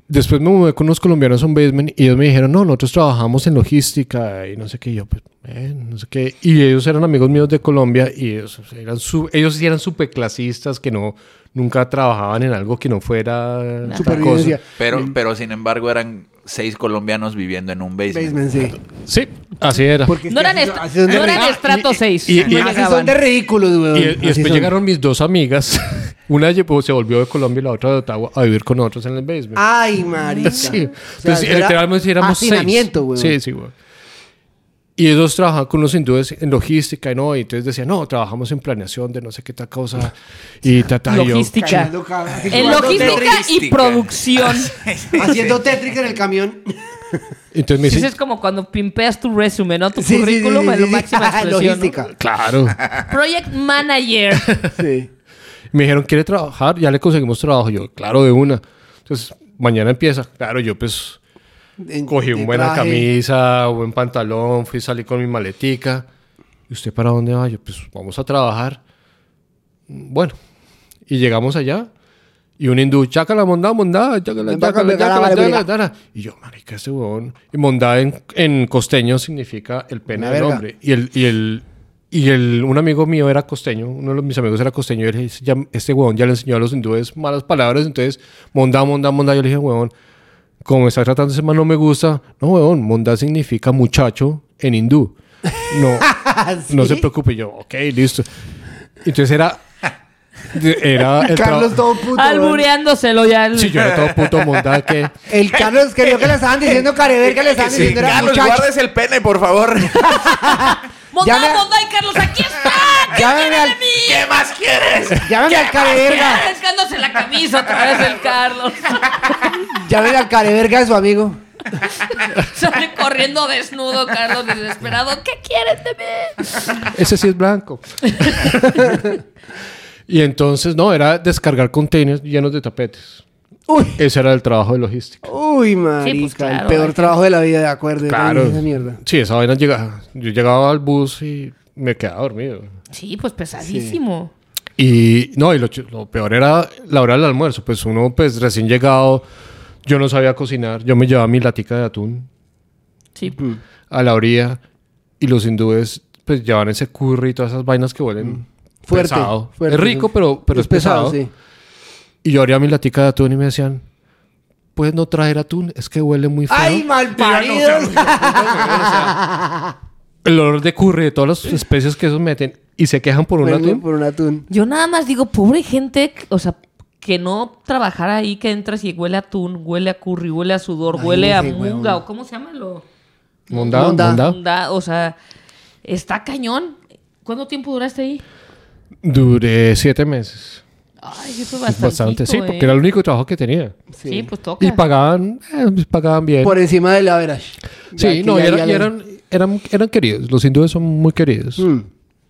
Speaker 4: Después me mudé con unos colombianos a un basement y ellos me dijeron, no, nosotros trabajamos en logística y no sé qué. Y yo, pues, eh, no sé qué. Y ellos eran amigos míos de Colombia y ellos eran, su- ellos sí eran súper clasistas que no, nunca trabajaban en algo que no fuera otra
Speaker 2: Supervivencia.
Speaker 3: Pero, pero sin embargo, eran seis colombianos viviendo en un basement.
Speaker 2: Basement, sí.
Speaker 4: cosa. Sí, así era.
Speaker 2: Porque
Speaker 1: No
Speaker 2: es que
Speaker 1: eran,
Speaker 2: así
Speaker 1: est-
Speaker 2: son- así son de
Speaker 1: no eran
Speaker 2: ri-
Speaker 1: estrato
Speaker 4: Ah, y-
Speaker 1: 6.
Speaker 4: y- y-
Speaker 1: no
Speaker 2: así son
Speaker 1: llegaban.
Speaker 2: de ridículos, weón.
Speaker 4: Y, y
Speaker 2: Así
Speaker 4: después
Speaker 2: son.
Speaker 4: llegaron mis dos amigas. Una lle- pues, se volvió de Colombia y la otra de Ottawa a vivir con nosotros en el basement.
Speaker 2: Ay, marica.
Speaker 4: sí.
Speaker 2: Ah, O sea,
Speaker 4: Entonces,
Speaker 2: era
Speaker 4: literalmente éramos seis.
Speaker 2: hacinamiento, weón.
Speaker 4: Sí, sí, güey. Y ellos trabajaban con los hindúes en logística y no, y entonces decían, no, trabajamos en planeación de no sé qué tal cosa y ta, ta, y yo,
Speaker 1: Logística.
Speaker 2: Cayendo ca- así
Speaker 1: En
Speaker 2: jugando
Speaker 1: logística y
Speaker 3: Logística.
Speaker 2: Ah,
Speaker 1: producción.
Speaker 2: Tetris- Haciendo Tetris en el camión.
Speaker 4: Entonces me
Speaker 1: Sí,
Speaker 4: dicen,
Speaker 1: es como cuando pimpeas tu resumen, ¿no? Tu
Speaker 2: Sí, sí, sí,
Speaker 1: currículum
Speaker 2: sí,
Speaker 1: en lo
Speaker 2: sí,
Speaker 1: máximo
Speaker 2: sí. Logística.
Speaker 4: claro.
Speaker 1: Project Manager.
Speaker 2: Sí.
Speaker 4: Me dijeron, ¿quiere trabajar? Ya le conseguimos trabajo. Yo, claro, de una. Entonces, mañana empieza. Claro, yo pues
Speaker 2: En-
Speaker 4: Cogí
Speaker 2: de
Speaker 4: una buena
Speaker 2: traje.
Speaker 4: camisa, buen pantalón, fui a salir con mi maletica. ¿Y usted para dónde va? Yo, pues vamos a trabajar. Bueno, y llegamos allá. Y un hindú, chácala, mondá, mondá, chácala,
Speaker 2: Mondá,
Speaker 4: chácala,
Speaker 2: mondá,
Speaker 4: chácala,
Speaker 2: vale,
Speaker 4: chácala,
Speaker 2: mira.
Speaker 4: chácala. Y yo, marica, ese huevón. Y mondá en, en costeño significa el pene
Speaker 2: Una
Speaker 4: del
Speaker 2: verga.
Speaker 4: hombre. Y el, y el, y el, un amigo mío era costeño, uno de los- mis amigos era costeño. Y él, dice, ya- este huevón ya le enseñó a los hindúes malas palabras. Entonces, mondá, mondá, mondá. Yo le dije, huevón, como me está tratando ese man no me gusta. No, weón, monda significa muchacho en hindú. No,
Speaker 2: Ah,
Speaker 4: no se preocupe. Yo, ok, listo. Entonces era... Era el
Speaker 2: Carlos
Speaker 4: trabajo...
Speaker 2: todo puto. weón.
Speaker 1: Albureándoselo ya. al-
Speaker 4: Sí, yo era todo puto monda que...
Speaker 2: El Carlos creyó que le estaban diciendo carever, que le estaban
Speaker 3: Sí,
Speaker 2: diciendo era
Speaker 3: Carlos,
Speaker 2: muchacho.
Speaker 3: guardes el pene, por favor.
Speaker 1: Mondá,
Speaker 2: Ya me-
Speaker 1: Mondá y Carlos, aquí está.
Speaker 2: Llámeme al,
Speaker 3: ¿Qué más quieres?
Speaker 2: llámeme al careverga.
Speaker 1: Arrancándose la camisa otra vez el Carlos.
Speaker 2: Llámeme al careverga de su amigo.
Speaker 1: Sale corriendo desnudo, Carlos, desesperado. ¿Qué quieren de mí?
Speaker 4: Ese sí es blanco. y entonces, no, era descargar containers llenos de tapetes.
Speaker 2: Uy,
Speaker 4: Ese era el trabajo de logística.
Speaker 2: uy, marica. el
Speaker 1: pues claro,
Speaker 2: peor
Speaker 1: hay-
Speaker 2: trabajo de la vida, de acuerdo.
Speaker 4: Claro.
Speaker 2: Esa mierda.
Speaker 4: Sí, esa vaina llegaba. Yo llegaba al bus y me quedaba dormido.
Speaker 1: Sí, pues pesadísimo.
Speaker 4: Y no, y lo, ch- lo peor era la hora del almuerzo. Pues uno, pues recién llegado, yo no sabía cocinar. Yo me llevaba mi latica de atún
Speaker 1: Sí.
Speaker 4: a la orilla y los hindúes, pues llevaban ese curry y todas esas vainas que huelen.
Speaker 2: Fuerte,
Speaker 4: pesado.
Speaker 2: fuerte.
Speaker 4: es rico, pero, pero es, pesado.
Speaker 2: sí.
Speaker 4: Y yo abría mi latica de atún y me decían, puedes no traer atún, es que huele muy feo.
Speaker 2: ¡Ay, malparidos!
Speaker 4: El olor de curry, de todas las especies que esos meten y se quejan por un
Speaker 2: Vengo
Speaker 4: atún.
Speaker 2: por un atún.
Speaker 1: Yo nada más digo, pobre gente, o sea, que no trabajara ahí, que entras y huele a atún, huele a curry, huele a sudor,
Speaker 2: Ay,
Speaker 1: huele a
Speaker 2: ese huevón.
Speaker 1: munga, o cómo se llama lo.
Speaker 4: Mondado,
Speaker 2: Mondá.
Speaker 4: mondado.
Speaker 1: Munda, o sea, está cañón. ¿Cuánto tiempo duraste ahí?
Speaker 4: Duré siete meses.
Speaker 1: Ay, sí fue
Speaker 4: Bastante,
Speaker 1: bastante.
Speaker 4: sí,
Speaker 2: eh.
Speaker 4: porque era el único trabajo que tenía.
Speaker 1: Sí,
Speaker 2: Sí.
Speaker 1: pues toca.
Speaker 4: Y pagaban, eh, pagaban bien.
Speaker 2: Por encima del average. Ya
Speaker 4: sí,
Speaker 2: que
Speaker 4: no, y
Speaker 2: ya-
Speaker 4: era-
Speaker 2: ya
Speaker 4: y
Speaker 2: la-
Speaker 4: eran, eran, eran queridos. Los hindúes son muy queridos.
Speaker 2: Mm.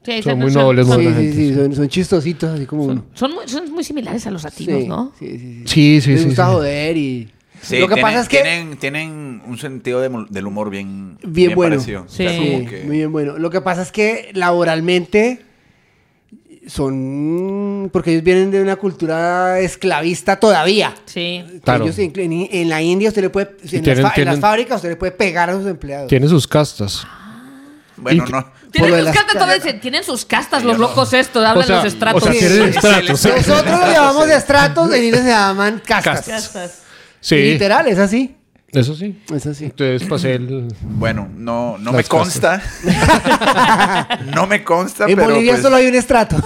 Speaker 1: Sí, ahí
Speaker 4: Son
Speaker 1: se-
Speaker 4: muy nobles,
Speaker 2: Sí,
Speaker 4: muy-
Speaker 2: sí,
Speaker 4: la gente,
Speaker 2: sí,
Speaker 4: sí.
Speaker 2: Son, son chistositos, así como uno.
Speaker 1: Son muy, son muy similares a los latinos,
Speaker 2: Sí,
Speaker 1: ¿no?
Speaker 2: sí, sí, sí.
Speaker 4: Sí, sí,
Speaker 2: Les
Speaker 4: sí.
Speaker 2: gusta
Speaker 4: sí.
Speaker 2: joder y...
Speaker 3: Sí,
Speaker 2: Lo que
Speaker 3: tienen,
Speaker 2: pasa es que...
Speaker 3: tienen, tienen un sentido de mul- del humor bien,
Speaker 2: Bien bueno.
Speaker 3: parecido. O sea,
Speaker 1: Sí.
Speaker 3: como
Speaker 2: Sí,
Speaker 3: que-
Speaker 2: muy bien, bueno. Lo que pasa es que laboralmente son... Porque ellos vienen de una cultura esclavista todavía.
Speaker 1: Sí.
Speaker 4: Claro.
Speaker 2: Ellos en, en- en la India usted le puede... En, las,
Speaker 4: tienen-
Speaker 2: fa- en
Speaker 4: tienen-
Speaker 2: las fábricas usted le puede pegar a sus empleados.
Speaker 4: Tiene sus castas.
Speaker 3: Bueno,
Speaker 4: Y-
Speaker 3: no.
Speaker 1: Tienen
Speaker 2: lo de
Speaker 1: sus
Speaker 2: las-
Speaker 1: castas, todavía se- tienen sus castas los locos estos,
Speaker 4: O
Speaker 1: hablan
Speaker 4: sea,
Speaker 1: los estratos.
Speaker 4: o sea,
Speaker 2: Sí.
Speaker 4: tienen
Speaker 2: Sí.
Speaker 4: estratos.
Speaker 2: Nosotros lo llamamos estratos, en India se llaman castas.
Speaker 1: Castas.
Speaker 4: Sí,
Speaker 2: Literal, es así.
Speaker 4: eso sí.
Speaker 2: Es así.
Speaker 4: Entonces pasé el...
Speaker 3: Bueno, no, no me
Speaker 4: Las
Speaker 3: consta. no me consta,
Speaker 2: En
Speaker 3: pero.
Speaker 2: Bolivia
Speaker 3: pues,
Speaker 2: solo hay un estrato.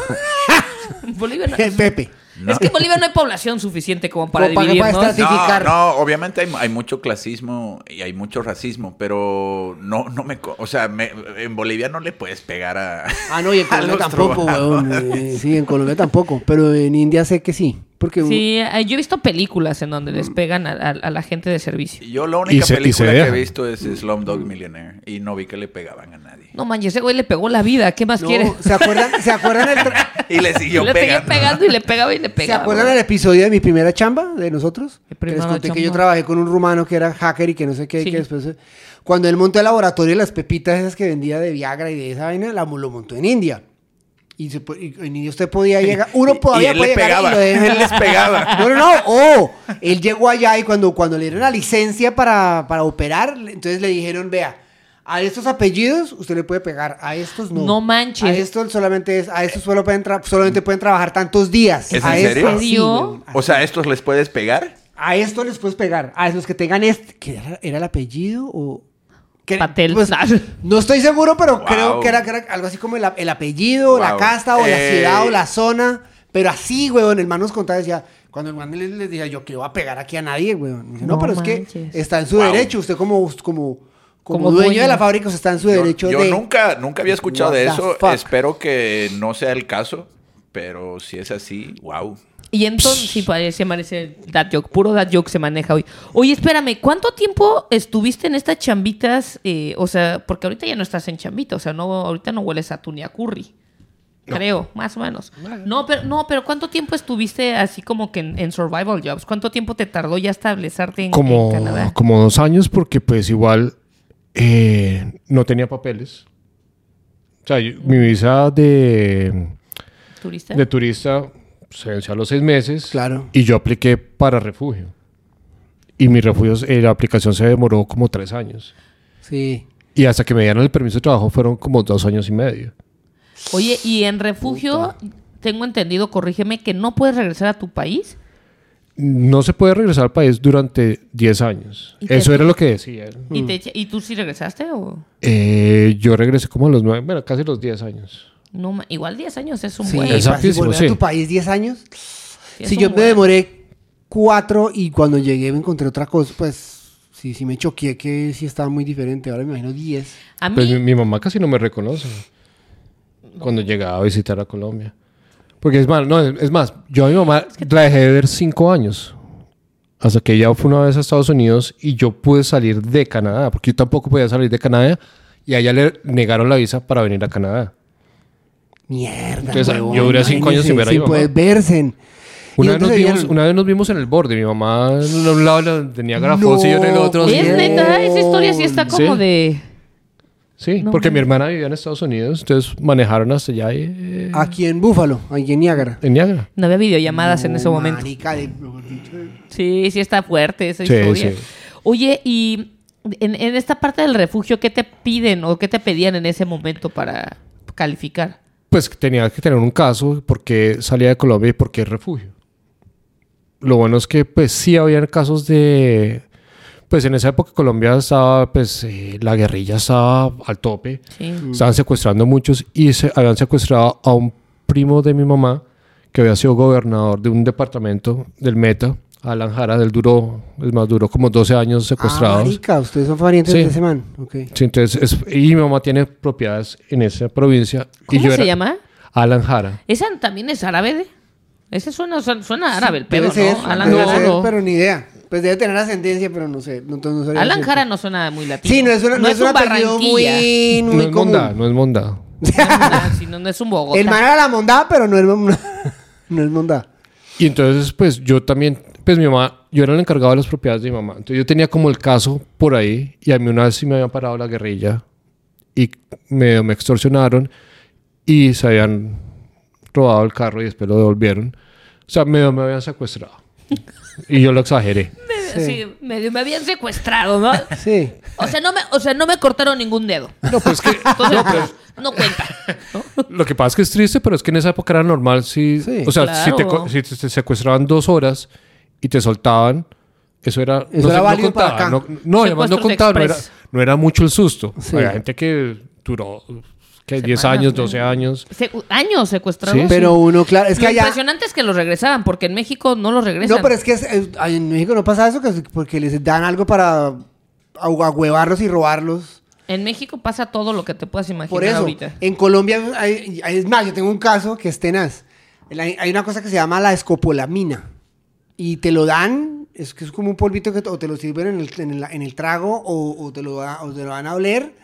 Speaker 1: En Bolivia no-
Speaker 2: El Pepe.
Speaker 1: Es que en Bolivia no hay población suficiente como para
Speaker 2: Como para-
Speaker 1: dividirnos.
Speaker 2: para estar-
Speaker 3: no,
Speaker 2: identificar.
Speaker 3: no, obviamente hay, hay mucho clasismo y hay mucho racismo, pero no, no me. co- O sea, me- en Bolivia no le puedes pegar a.
Speaker 2: Ah, no, y en
Speaker 3: a
Speaker 2: Colombia
Speaker 3: los
Speaker 2: tampoco,
Speaker 3: trovadores.
Speaker 2: weón. Eh, Sí, en Colombia tampoco. Pero en India sé que sí. Porque
Speaker 1: Sí, eh, yo he visto películas en donde les pegan a, a- a la gente de servicio.
Speaker 3: Yo la
Speaker 4: Y
Speaker 3: única
Speaker 4: se- y se
Speaker 3: película que he
Speaker 4: dejan.
Speaker 3: visto es Slumdog
Speaker 2: Mm.
Speaker 3: Millionaire y no vi que le pegaban a nadie.
Speaker 1: No manches, ese güey le pegó la vida. ¿Qué más
Speaker 2: No,
Speaker 1: quiere?
Speaker 2: ¿se acuerdan, ¿se acuerdan el tra-
Speaker 3: Y le siguió
Speaker 1: le seguía
Speaker 3: pegando.
Speaker 1: pegando y le pegaba y le
Speaker 2: ¿Se
Speaker 1: pegaba.
Speaker 2: acuerdan
Speaker 1: güey.
Speaker 2: del episodio de mi primera chamba de nosotros?
Speaker 1: Mi
Speaker 2: Que les
Speaker 1: primera
Speaker 2: conté que yo
Speaker 1: chamba.
Speaker 2: trabajé con un rumano que era hacker y que no sé qué, y
Speaker 1: Sí.
Speaker 2: que después eh, cuando él montó el laboratorio de las pepitas esas que vendía de Viagra y de esa vaina, la, lo montó en India. Y, se po- y en India usted podía llegar, uno
Speaker 3: Y-
Speaker 2: podía
Speaker 3: y él le
Speaker 2: podía llegar
Speaker 3: pegaba.
Speaker 2: y lo de-
Speaker 3: Él les pegaba.
Speaker 2: No, no, no. Oh, él llegó allá y cuando, cuando le dieron la licencia para, para operar, le- entonces le dijeron, vea, a estos apellidos usted le puede pegar, a estos no.
Speaker 1: No manches.
Speaker 2: A estos solamente es, a estos solo pueden, tra- solamente pueden trabajar tantos días.
Speaker 3: ¿Es
Speaker 2: a
Speaker 3: en
Speaker 2: estos
Speaker 3: serio?
Speaker 2: sí,
Speaker 1: ¿Serio?
Speaker 2: weón.
Speaker 3: O sea, ¿a estos les puedes pegar?
Speaker 2: a esto les puedes pegar. A los que tengan este, que era, era el apellido o... que-
Speaker 1: Patel.
Speaker 2: pues, no estoy seguro, pero
Speaker 3: Wow.
Speaker 2: creo que era, que era algo así como el, a- el apellido, la
Speaker 3: Wow.
Speaker 2: casta o la
Speaker 3: Eh.
Speaker 2: ciudad o la zona. Pero así, weón, el man nos contaba, decía, cuando el man les, les decía, yo que voy a pegar aquí a nadie, weón. Dice, no,
Speaker 1: No
Speaker 2: pero es
Speaker 1: manches.
Speaker 2: que está en su
Speaker 3: Wow.
Speaker 2: derecho. Usted como, como, como,
Speaker 1: Como
Speaker 2: dueño
Speaker 1: dueño.
Speaker 2: de la fábrica, usted está en su
Speaker 3: Yo-
Speaker 2: derecho
Speaker 3: yo
Speaker 2: de...
Speaker 3: nunca, nunca había escuchado
Speaker 2: What
Speaker 3: de
Speaker 2: the
Speaker 3: eso.
Speaker 2: fuck?
Speaker 3: Espero que no sea el caso. Pero si es así, wow.
Speaker 1: Y entonces, sí, parece, parece dad joke, puro dad joke se maneja hoy. Oye, espérame, ¿cuánto tiempo estuviste en estas chambitas? Eh, o sea, porque ahorita ya no estás en chambita, o sea, no, ahorita no hueles a tu ni a curry. Creo, más o menos. No, pero no, pero ¿cuánto tiempo estuviste así como que en, en survival jobs? ¿Cuánto tiempo te tardó ya establecerte en, en
Speaker 4: como,
Speaker 1: Canadá?
Speaker 4: como dos años porque pues igual eh, no tenía papeles. O sea, yo- mi visa de,
Speaker 1: ¿Turista?
Speaker 4: de turista se venció a los seis meses.
Speaker 2: Claro.
Speaker 4: Y yo apliqué para refugio. Y mi refugio, eh, la aplicación se demoró como tres años.
Speaker 2: Sí.
Speaker 4: Y hasta que me dieron el permiso de trabajo fueron como dos años y medio.
Speaker 1: Oye, y en refugio, tengo entendido, corrígeme, que no puedes regresar a tu país.
Speaker 4: No se puede regresar al país durante 10 años.
Speaker 1: ¿Y qué?
Speaker 4: Eso era lo que decía.
Speaker 1: ¿Y, te echa- ¿Y tú sí regresaste o...?
Speaker 4: Eh, yo regresé como a los 9, bueno, casi los 10 años.
Speaker 1: No, ma- igual 10 años es un
Speaker 2: Sí,
Speaker 1: buen.
Speaker 4: es
Speaker 2: para si
Speaker 4: altísimo,
Speaker 2: volver
Speaker 4: sí.
Speaker 2: a tu país 10 años.
Speaker 1: es
Speaker 2: si
Speaker 1: un
Speaker 2: yo me
Speaker 1: buen.
Speaker 2: demoré cuatro y cuando llegué me encontré otra cosa, pues sí, sí me choqué que sí estaba muy diferente. Ahora me imagino 10.
Speaker 1: A mí,
Speaker 4: Pues mi, mi mamá casi no me reconoce. cuando llegaba a visitar a Colombia. Porque es más, no, es, es más, yo a mi mamá la dejé de ver cinco años. Hasta que ella fue una vez a Estados Unidos y yo pude salir de Canadá, porque yo tampoco podía salir de Canadá y a ella le negaron la visa para venir a Canadá.
Speaker 2: Mierda.
Speaker 4: Entonces,
Speaker 2: huevón,
Speaker 4: yo duré cinco años sin ver a mi
Speaker 2: Sin
Speaker 4: mamá.
Speaker 2: poder verse.
Speaker 4: Una vez, nos vimos, una vez nos vimos en el borde, mi mamá en un lado la- tenía Niagara Falls y yo en el otro.
Speaker 2: No.
Speaker 1: Es neta, esa historia sí está
Speaker 4: Sí.
Speaker 1: como de.
Speaker 4: Sí,
Speaker 1: No.
Speaker 4: porque mi hermana vivía en Estados Unidos, entonces manejaron hasta allá y, eh,
Speaker 2: Aquí en Búfalo, aquí en Niágara.
Speaker 4: en Niagara.
Speaker 1: No había videollamadas en ese momento.
Speaker 2: Marica de-
Speaker 1: Sí, sí está fuerte esa
Speaker 4: Sí,
Speaker 1: historia.
Speaker 4: sí.
Speaker 1: Oye, y en, en esta parte del refugio, ¿qué te piden o qué te pedían en ese momento para calificar?
Speaker 4: Pues tenía que tener un caso porque salía de Colombia y por qué refugio. Lo bueno es que pues sí había casos de... Pues en esa época Colombia estaba, pues eh, la guerrilla estaba al tope.
Speaker 1: Sí.
Speaker 4: Estaban secuestrando muchos y se habían secuestrado a un primo de mi mamá que había sido gobernador de un departamento del Meta, Alan Jara, del duro, es más, duró como 12 años
Speaker 2: Ah,
Speaker 4: secuestrados.
Speaker 2: marica, ustedes son parientes
Speaker 4: Sí.
Speaker 2: de ese man. Ok.
Speaker 4: Sí, entonces, es- y mi mamá tiene propiedades en esa provincia. y
Speaker 1: ¿Cómo
Speaker 4: yo
Speaker 1: se
Speaker 4: era-
Speaker 1: llama?
Speaker 4: Alan Jara.
Speaker 1: ¿Esa también es árabe? de- Ese suena, suena, suena árabe, el pedo,
Speaker 2: Debe
Speaker 1: ¿no?
Speaker 2: ser,
Speaker 1: Alan
Speaker 2: debe
Speaker 1: Jara.
Speaker 2: ser,
Speaker 1: no.
Speaker 2: pero ni idea. Pues debe tener ascendencia, pero no sé. No, entonces no sabría
Speaker 1: Alan
Speaker 2: decirte.
Speaker 1: Jara no suena muy latino.
Speaker 2: Sí, no es, una, no es un apellido
Speaker 1: Barranquilla.
Speaker 2: muy,
Speaker 4: No
Speaker 2: muy
Speaker 4: es
Speaker 2: común.
Speaker 4: Mondá, no es Mondá.
Speaker 1: No, no, sí, no, no es un Bogotá.
Speaker 2: El man era la mondá, pero no es, mon- no es mondá.
Speaker 4: Y entonces, pues yo también, pues mi mamá, yo era el encargado de las propiedades de mi mamá. Entonces yo tenía como el caso por ahí y a mí una vez sí me habían parado la guerrilla y medio me extorsionaron y se habían robado el carro y después lo devolvieron. O sea, medio me habían secuestrado. Y yo lo exageré.
Speaker 1: Sí, sí, medio me habían secuestrado, ¿no?
Speaker 2: Sí.
Speaker 1: O sea, no me, o sea, no me cortaron ningún dedo.
Speaker 4: No, pues que
Speaker 1: Entonces, no cuenta. ¿no?
Speaker 4: Lo que pasa es que es triste, pero es que en esa época era normal si...
Speaker 2: Sí.
Speaker 4: o sea, si, te,
Speaker 1: Claro.
Speaker 4: co- si te- te secuestraban dos horas y te soltaban, eso era...
Speaker 2: Eso era válido para acá.
Speaker 4: No, no, además no
Speaker 1: Secuestros
Speaker 4: contaba. No era,
Speaker 1: express.
Speaker 4: no era mucho el susto.
Speaker 2: Sí.
Speaker 4: Había gente que duró que 10
Speaker 1: Semanas,
Speaker 4: años,
Speaker 1: ¿no?
Speaker 4: 12 años.
Speaker 1: Secu- años secuestrados.
Speaker 4: Sí,
Speaker 2: Pero uno, claro, es que
Speaker 1: Lo
Speaker 2: allá...
Speaker 1: impresionante es que los regresaban, porque en México no los regresan.
Speaker 2: No, pero es que es- es- ay, en México no pasa eso, que es porque les dan algo para agu- agüevarlos y robarlos.
Speaker 1: En México pasa todo lo que te puedas imaginar
Speaker 2: Por eso,
Speaker 1: ahorita.
Speaker 2: en Colombia, hay- hay- es más, yo tengo un caso que es tenaz. El- Hay hay una cosa que se llama la escopolamina. Y te lo dan, es que es como un polvito que t- o te lo sirven en el, en el- en el trago o, o te lo, da- o te lo van a oler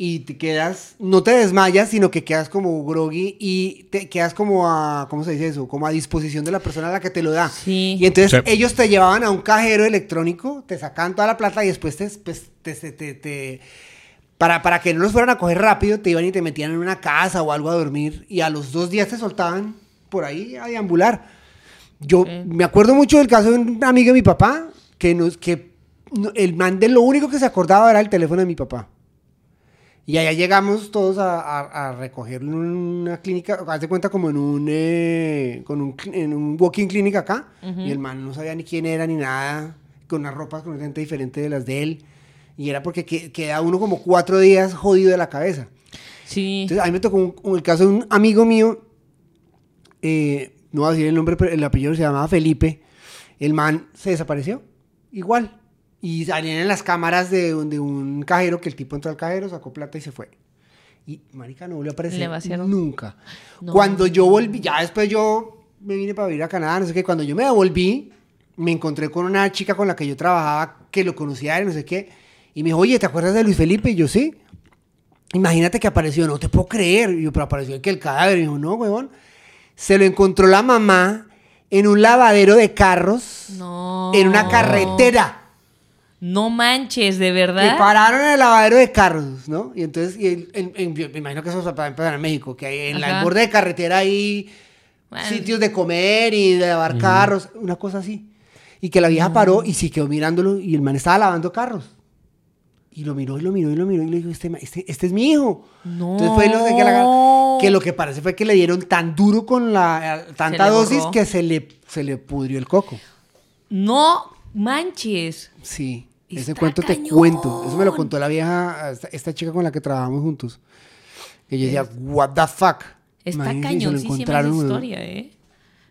Speaker 2: y te quedas, no te desmayas, sino que quedas como groggy y te quedas como a, ¿cómo se dice eso? Como a disposición de la persona a la que te lo da.
Speaker 1: Sí.
Speaker 2: Y entonces
Speaker 4: Sí.
Speaker 2: ellos te llevaban a un cajero electrónico, te sacaban toda la plata y después te- pues, te- te- te- te para, para que no los fueran a coger rápido, te iban y te metían en una casa o algo a dormir. Y a los dos días te soltaban por ahí a deambular. Yo me acuerdo mucho del caso de un amigo de mi papá, que, nos, que no- el man de lo único que se acordaba era el teléfono de mi papá. Y allá llegamos todos a, a- a recogerlo en una clínica, haz de cuenta como en un, eh, con un, cl- en un walking clinic acá. Y el man no sabía ni quién era ni nada, con unas ropas completamente diferentes de las de él. Y era porque que- queda uno como cuatro días jodido de la cabeza.
Speaker 1: Sí.
Speaker 2: Entonces, a mí me tocó un- un- el caso de un amigo mío, eh, no voy a decir el nombre, pero el apellido se llamaba Felipe. El man se desapareció, igual. Y salían en las cámaras de, un- de un cajero que el tipo entró al cajero, sacó plata y se fue. Y marica no volvió a aparecer
Speaker 1: Le vaciaron.
Speaker 2: nunca.
Speaker 1: No.
Speaker 2: Cuando yo volví, ya después yo me vine para vivir a Canadá, no sé qué. Cuando yo me devolví, me encontré con una chica con la que yo trabajaba, que lo conocía, no sé qué. Y me dijo, oye, ¿te acuerdas de Luis Felipe? Y yo sí. Imagínate que apareció, no te puedo creer. Y yo, pero apareció que el cadáver. Y dijo, no, huevón. Se lo encontró la mamá en un lavadero de carros,
Speaker 1: No.
Speaker 2: en una carretera.
Speaker 1: No manches, de
Speaker 2: Le
Speaker 1: verdad.
Speaker 2: pararon en el lavadero de carros, ¿no? Y entonces, y el- el- el- yo me imagino que eso para empezar en México, que hay en la
Speaker 1: Ajá.
Speaker 2: el borde de carretera hay
Speaker 1: Bueno.
Speaker 2: sitios de comer y de lavar carros, una cosa así. Y que la vieja paró y sí quedó mirándolo y el man estaba lavando carros. Y lo miró y lo miró y lo miró y le dijo, este, ma- este, este es mi hijo.
Speaker 1: No.
Speaker 2: Entonces fue lo de que, la- que lo que parece fue que le dieron tan duro con la eh, tanta
Speaker 1: le borró.
Speaker 2: dosis que se le, se le pudrió el coco.
Speaker 1: No manches.
Speaker 2: Sí, ese
Speaker 1: Está
Speaker 2: cuento te
Speaker 1: cañón.
Speaker 2: cuento. Eso me lo contó la vieja, esta, esta chica con la que trabajamos juntos. Que yo decía, what the fuck.
Speaker 1: Está
Speaker 2: Imagínense, se lo
Speaker 1: cañoncísima esa
Speaker 2: encontraron, weón.
Speaker 1: historia, ¿eh?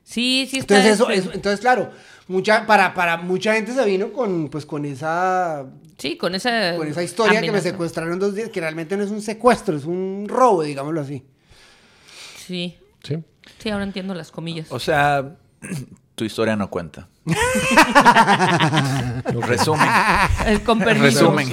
Speaker 1: Sí, sí está.
Speaker 2: Entonces, eso, eso- entonces claro, mucha, para, para mucha gente se vino con, pues, con, esa,
Speaker 1: Sí, con esa.
Speaker 2: con esa historia que me
Speaker 1: Eh, amenaza.
Speaker 2: secuestraron dos días, que realmente no es un secuestro, es un robo, digámoslo así.
Speaker 1: Sí.
Speaker 4: Sí.
Speaker 1: Sí, ahora entiendo las comillas.
Speaker 3: O sea, tu historia no cuenta. Resumen.
Speaker 2: Ah,
Speaker 1: Eh, con permiso.
Speaker 3: Resumen.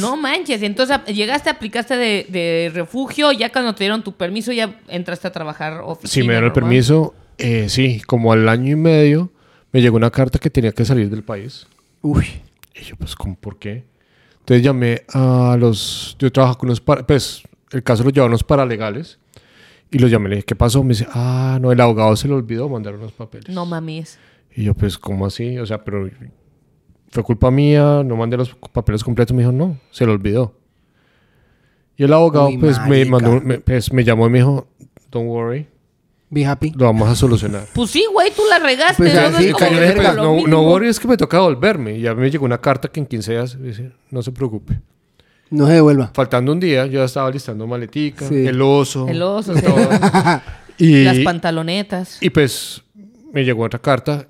Speaker 1: No manches. Entonces ap- llegaste, aplicaste de, de refugio. Ya cuando te dieron tu permiso, ya entraste a trabajar oficina.
Speaker 4: Si me dieron el
Speaker 1: normal.
Speaker 4: permiso, eh, sí, como al año y medio me llegó una carta que tenía que salir del país.
Speaker 2: Uy.
Speaker 4: Y yo, pues, ¿cómo, ¿por qué? Entonces llamé a los... Yo trabajo con unos... para- pues, el caso lo llevaron unos paralegales. Y los llamé, le dije, ¿qué pasó? Me dice, ah, no, el abogado se le olvidó mandar unos papeles.
Speaker 1: No mames.
Speaker 4: Y yo, pues, ¿cómo así? O sea, pero fue culpa mía, no mandé los papeles completos. Me dijo, no, se le olvidó. Y el abogado,
Speaker 2: Uy,
Speaker 4: pues, me,
Speaker 2: marica.
Speaker 4: mandó, me- pues, me llamó y me dijo, don't worry,
Speaker 2: Be happy.
Speaker 4: lo vamos a solucionar.
Speaker 1: Pues sí, güey, tú la regaste.
Speaker 2: Pues
Speaker 1: ¿no?
Speaker 2: sí,
Speaker 1: Es como
Speaker 2: cayó
Speaker 1: que
Speaker 4: Yo le dije,
Speaker 2: verga.
Speaker 1: por
Speaker 4: pues,
Speaker 1: lo
Speaker 4: no,
Speaker 1: mínimo.
Speaker 4: no worry, es que me toca volverme. Y ya me llegó una carta que en 15 días dice, no se preocupe.
Speaker 2: No se devuelva.
Speaker 4: Faltando un día, yo ya estaba listando maletica,
Speaker 2: Sí.
Speaker 4: el oso.
Speaker 1: El oso, sí.
Speaker 4: y,
Speaker 1: las pantalonetas.
Speaker 4: y pues me llegó otra carta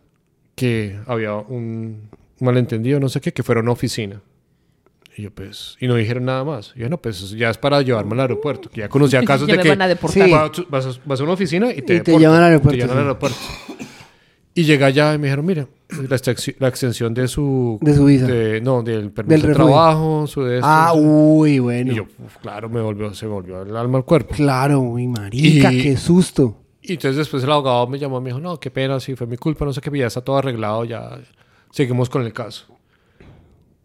Speaker 4: que había un malentendido, no sé qué, que fuera una oficina. Y yo pues, y no dijeron nada más. Y yo no, pues eso ya es para llevarme al aeropuerto. que ya conocía casos
Speaker 1: Ya
Speaker 4: de
Speaker 1: me
Speaker 4: que
Speaker 1: van a deportar.
Speaker 2: Sí.
Speaker 4: vas, a tu- vas a, vas a una oficina y te,
Speaker 2: Y te
Speaker 4: deportan,
Speaker 2: llevan al aeropuerto,
Speaker 4: llevan
Speaker 2: sí.
Speaker 4: al aeropuerto. Y llegué allá y me dijeron, mira, la, extensi- la extensión de su...
Speaker 2: De su visa.
Speaker 4: de- no, del permiso de
Speaker 2: refugio.
Speaker 4: trabajo, su de esto,
Speaker 2: Ah,
Speaker 4: su-
Speaker 2: uy,
Speaker 4: y yo,
Speaker 2: bueno.
Speaker 4: uf, claro, me volvió, se me volvió el alma al cuerpo.
Speaker 2: Claro, uy, marica,
Speaker 4: Y-
Speaker 2: qué susto.
Speaker 4: Y entonces después el abogado me llamó y me dijo, no, qué pena, sí, fue mi culpa, no sé qué, pero ya está todo arreglado, ya seguimos con el caso.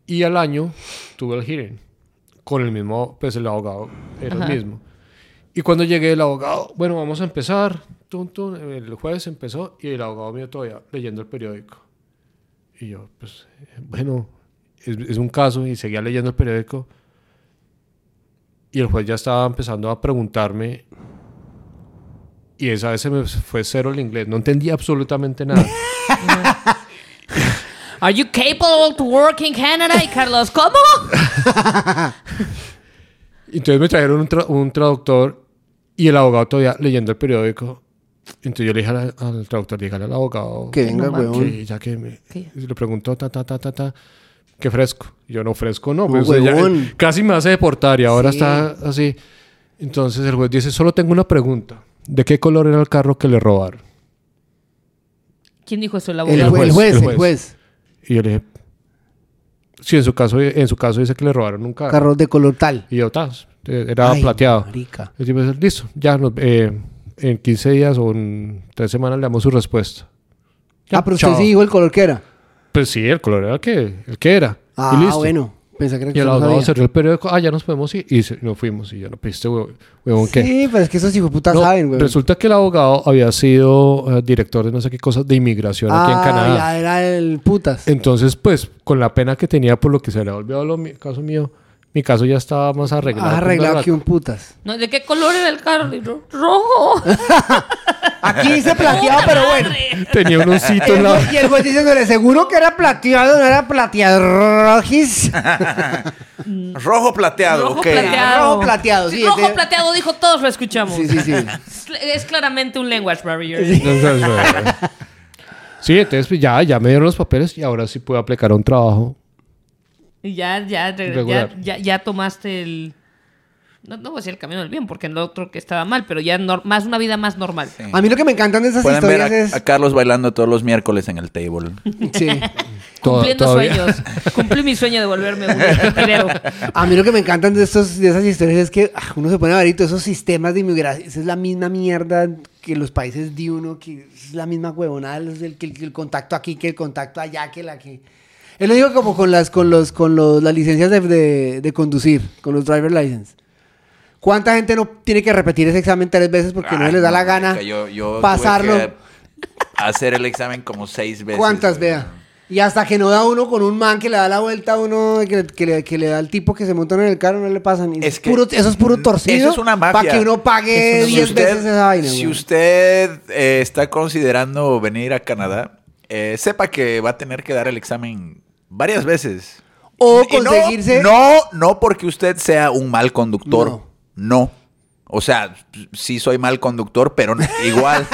Speaker 4: Y al año tuve el hearing con el mismo, pues el abogado era
Speaker 1: Ajá.
Speaker 4: el mismo. Y cuando llegué el abogado, bueno, vamos a empezar, tun, tun, el jueves empezó y el abogado mío todavía leyendo el periódico. Y yo, pues, bueno, es, es un caso y seguía leyendo el periódico. Y el juez ya estaba empezando a preguntarme. Y esa vez se me fue cero el inglés. No entendía absolutamente nada.
Speaker 1: Are you capable to work in Canada? Y Carlos, ¿cómo?
Speaker 4: Y Entonces me trajeron un, tra- un traductor y el abogado todavía leyendo el periódico. Entonces yo le dije al, al traductor, dígale al abogado.
Speaker 2: Que venga,
Speaker 1: no mames.
Speaker 2: huevón.
Speaker 4: que ya que me,
Speaker 1: ¿Qué?
Speaker 4: le preguntó, ta, ta, ta, ta, ta, que fresco. Y Yo no fresco, no.
Speaker 2: No,
Speaker 4: pues, o sea, ya-
Speaker 2: huevón.
Speaker 4: casi me hace deportar y ahora
Speaker 2: Sí.
Speaker 4: está así. Entonces el juez dice, solo tengo una pregunta. ¿De qué color era el carro que le robaron?
Speaker 1: ¿Quién dijo eso? El
Speaker 2: El,
Speaker 1: abogado.
Speaker 2: jue- el
Speaker 4: juez,
Speaker 2: juez,
Speaker 4: el
Speaker 2: el
Speaker 4: juez.
Speaker 2: juez.
Speaker 4: Y yo le dije, sí, en su caso, en su caso dice que le robaron un carro.
Speaker 2: Carro de color tal.
Speaker 4: Y yo, "Tas", era
Speaker 2: Ay,
Speaker 4: Ah. plateado.
Speaker 2: marica.
Speaker 4: El tipo dice, listo, ya nos- eh, en 15 días o en 3 semanas le damos su respuesta. Ya,
Speaker 2: Ah, pero
Speaker 4: chao.
Speaker 2: usted sí dijo el color que era.
Speaker 4: Pues sí, el color era el que, el que era.
Speaker 2: Ah,
Speaker 4: y listo.
Speaker 2: bueno. Pensé que era
Speaker 4: Y
Speaker 2: que
Speaker 4: el
Speaker 2: usted no
Speaker 4: abogado
Speaker 2: sabía.
Speaker 4: cerró el periódico, ah, ya nos podemos ir. Y se- nos fuimos. Y yo, no piste, huevón, huevón, ¿qué?
Speaker 2: Sí, pero es que esos hijos putas
Speaker 4: No,
Speaker 2: saben, güey.
Speaker 4: Resulta que el abogado había sido eh, director de no sé qué cosas de inmigración aquí en
Speaker 2: Ah,
Speaker 4: Canadá.
Speaker 2: ya era el putas.
Speaker 4: Entonces, pues, con la pena que tenía por lo que se le había olvidado lo mi- caso mío, mi caso ya estaba más arreglado.
Speaker 2: Has Ah, arreglado que
Speaker 4: que un
Speaker 2: un putas.
Speaker 1: No, ¿De qué color era el carro? Y yo, Rojo.
Speaker 2: Aquí dice plateado, pero bueno.
Speaker 4: berraco. Tenía un osito en
Speaker 2: El
Speaker 4: la...
Speaker 2: juez- Y el juez diciéndole, seguro que era plateado, no era plateado rojis.
Speaker 3: Rojo plateado,
Speaker 1: Rojo
Speaker 3: ok.
Speaker 1: plateado.
Speaker 2: Rojo plateado, sí,
Speaker 1: Sí, rojo
Speaker 2: ese-
Speaker 1: plateado dijo, todos lo escuchamos.
Speaker 2: Sí, sí, sí.
Speaker 1: Es, es claramente un language barrier.
Speaker 4: Entonces, bueno. sí, entonces pues, ya, ya me dieron los papeles y ahora sí puedo aplicar a un trabajo.
Speaker 1: Y ya, ya, re- ya,
Speaker 4: Regular.
Speaker 1: ya, ya tomaste el... No, no voy a decir el camino del bien, porque el otro que estaba mal, pero ya nor- más una vida más normal.
Speaker 2: A mí lo que me encantan de esas
Speaker 3: Pueden ver a,
Speaker 2: historias es...
Speaker 3: a Carlos bailando todos los miércoles en el table.
Speaker 2: Sí.
Speaker 4: To-
Speaker 1: Cumpliendo
Speaker 4: todavía.
Speaker 1: sueños. Cumplí mi sueño de volverme un retirero.
Speaker 2: A mí lo que me encantan de, estos, de esas historias es que ah, uno se pone a ver y todos esos sistemas de inmigración. Esa es la misma mierda que los países de uno, que es la misma huevonada, es el, que, el, que el contacto aquí, que el contacto allá, que la que. Es lo digo como con las, con los, con los, las licencias de, de- de conducir, con los driver license. ¿Cuánta gente no tiene que repetir ese examen tres veces porque no
Speaker 3: Ay,
Speaker 2: les da la
Speaker 3: marica,
Speaker 2: gana
Speaker 3: yo- yo tuve
Speaker 2: pasarlo?
Speaker 3: que Hacer el examen como seis veces.
Speaker 2: ¿Cuántas,
Speaker 3: güey.
Speaker 2: vea? Y hasta que no da uno con un man que le da la vuelta a uno, que, que le, que le da al tipo que se montan en el carro, no le pasan. Y
Speaker 3: Es
Speaker 2: es
Speaker 3: que-
Speaker 2: puro, eso es puro torcido.
Speaker 3: Eso es una mafia.
Speaker 2: Para que uno pague
Speaker 3: Eso es-
Speaker 2: 10 veces esa vaina.
Speaker 3: Si
Speaker 2: güey.
Speaker 3: usted eh, está considerando venir a Canadá, eh, sepa que va a tener que dar el examen varias veces.
Speaker 2: O
Speaker 3: Y no-
Speaker 2: conseguirse-
Speaker 3: No, no, porque usted sea un mal conductor.
Speaker 2: No.
Speaker 3: No. O sea, sí soy mal conductor, pero no- igual.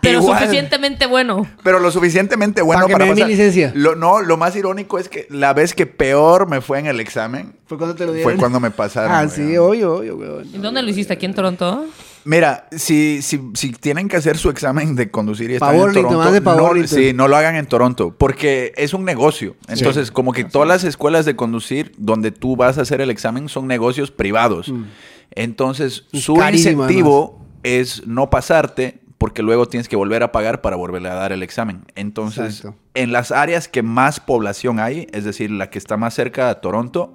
Speaker 1: Pero
Speaker 3: Igual.
Speaker 1: suficientemente bueno.
Speaker 3: Pero lo suficientemente bueno
Speaker 2: Para que
Speaker 3: para
Speaker 2: me den mi
Speaker 3: pasar.
Speaker 2: licencia.
Speaker 3: Lo, no, lo más irónico es que la vez que peor me fue en el examen
Speaker 2: Fue cuando te lo dieron.
Speaker 3: fue cuando me pasaron.
Speaker 2: Ah,
Speaker 3: güey.
Speaker 2: sí, obvio, obvio, weón.
Speaker 1: ¿Y dónde lo hiciste? ¿Aquí en Toronto?
Speaker 3: Mira, si, si, si tienen que hacer su examen de conducir y estar
Speaker 2: Pavorlington,
Speaker 3: en Toronto,
Speaker 2: más de
Speaker 3: no,
Speaker 2: Pavorlington.
Speaker 3: sí, no lo hagan en Toronto, porque es un negocio. Entonces, como que todas las escuelas de conducir donde tú vas a hacer el examen son negocios privados. Entonces,
Speaker 2: Mm. Es
Speaker 3: su
Speaker 2: carísimo,
Speaker 3: incentivo es no pasarte porque luego tienes que volver a pagar para volverle a dar el examen. Entonces,
Speaker 2: Exacto.
Speaker 3: en las áreas que más población hay, es decir, la que está más cerca a Toronto,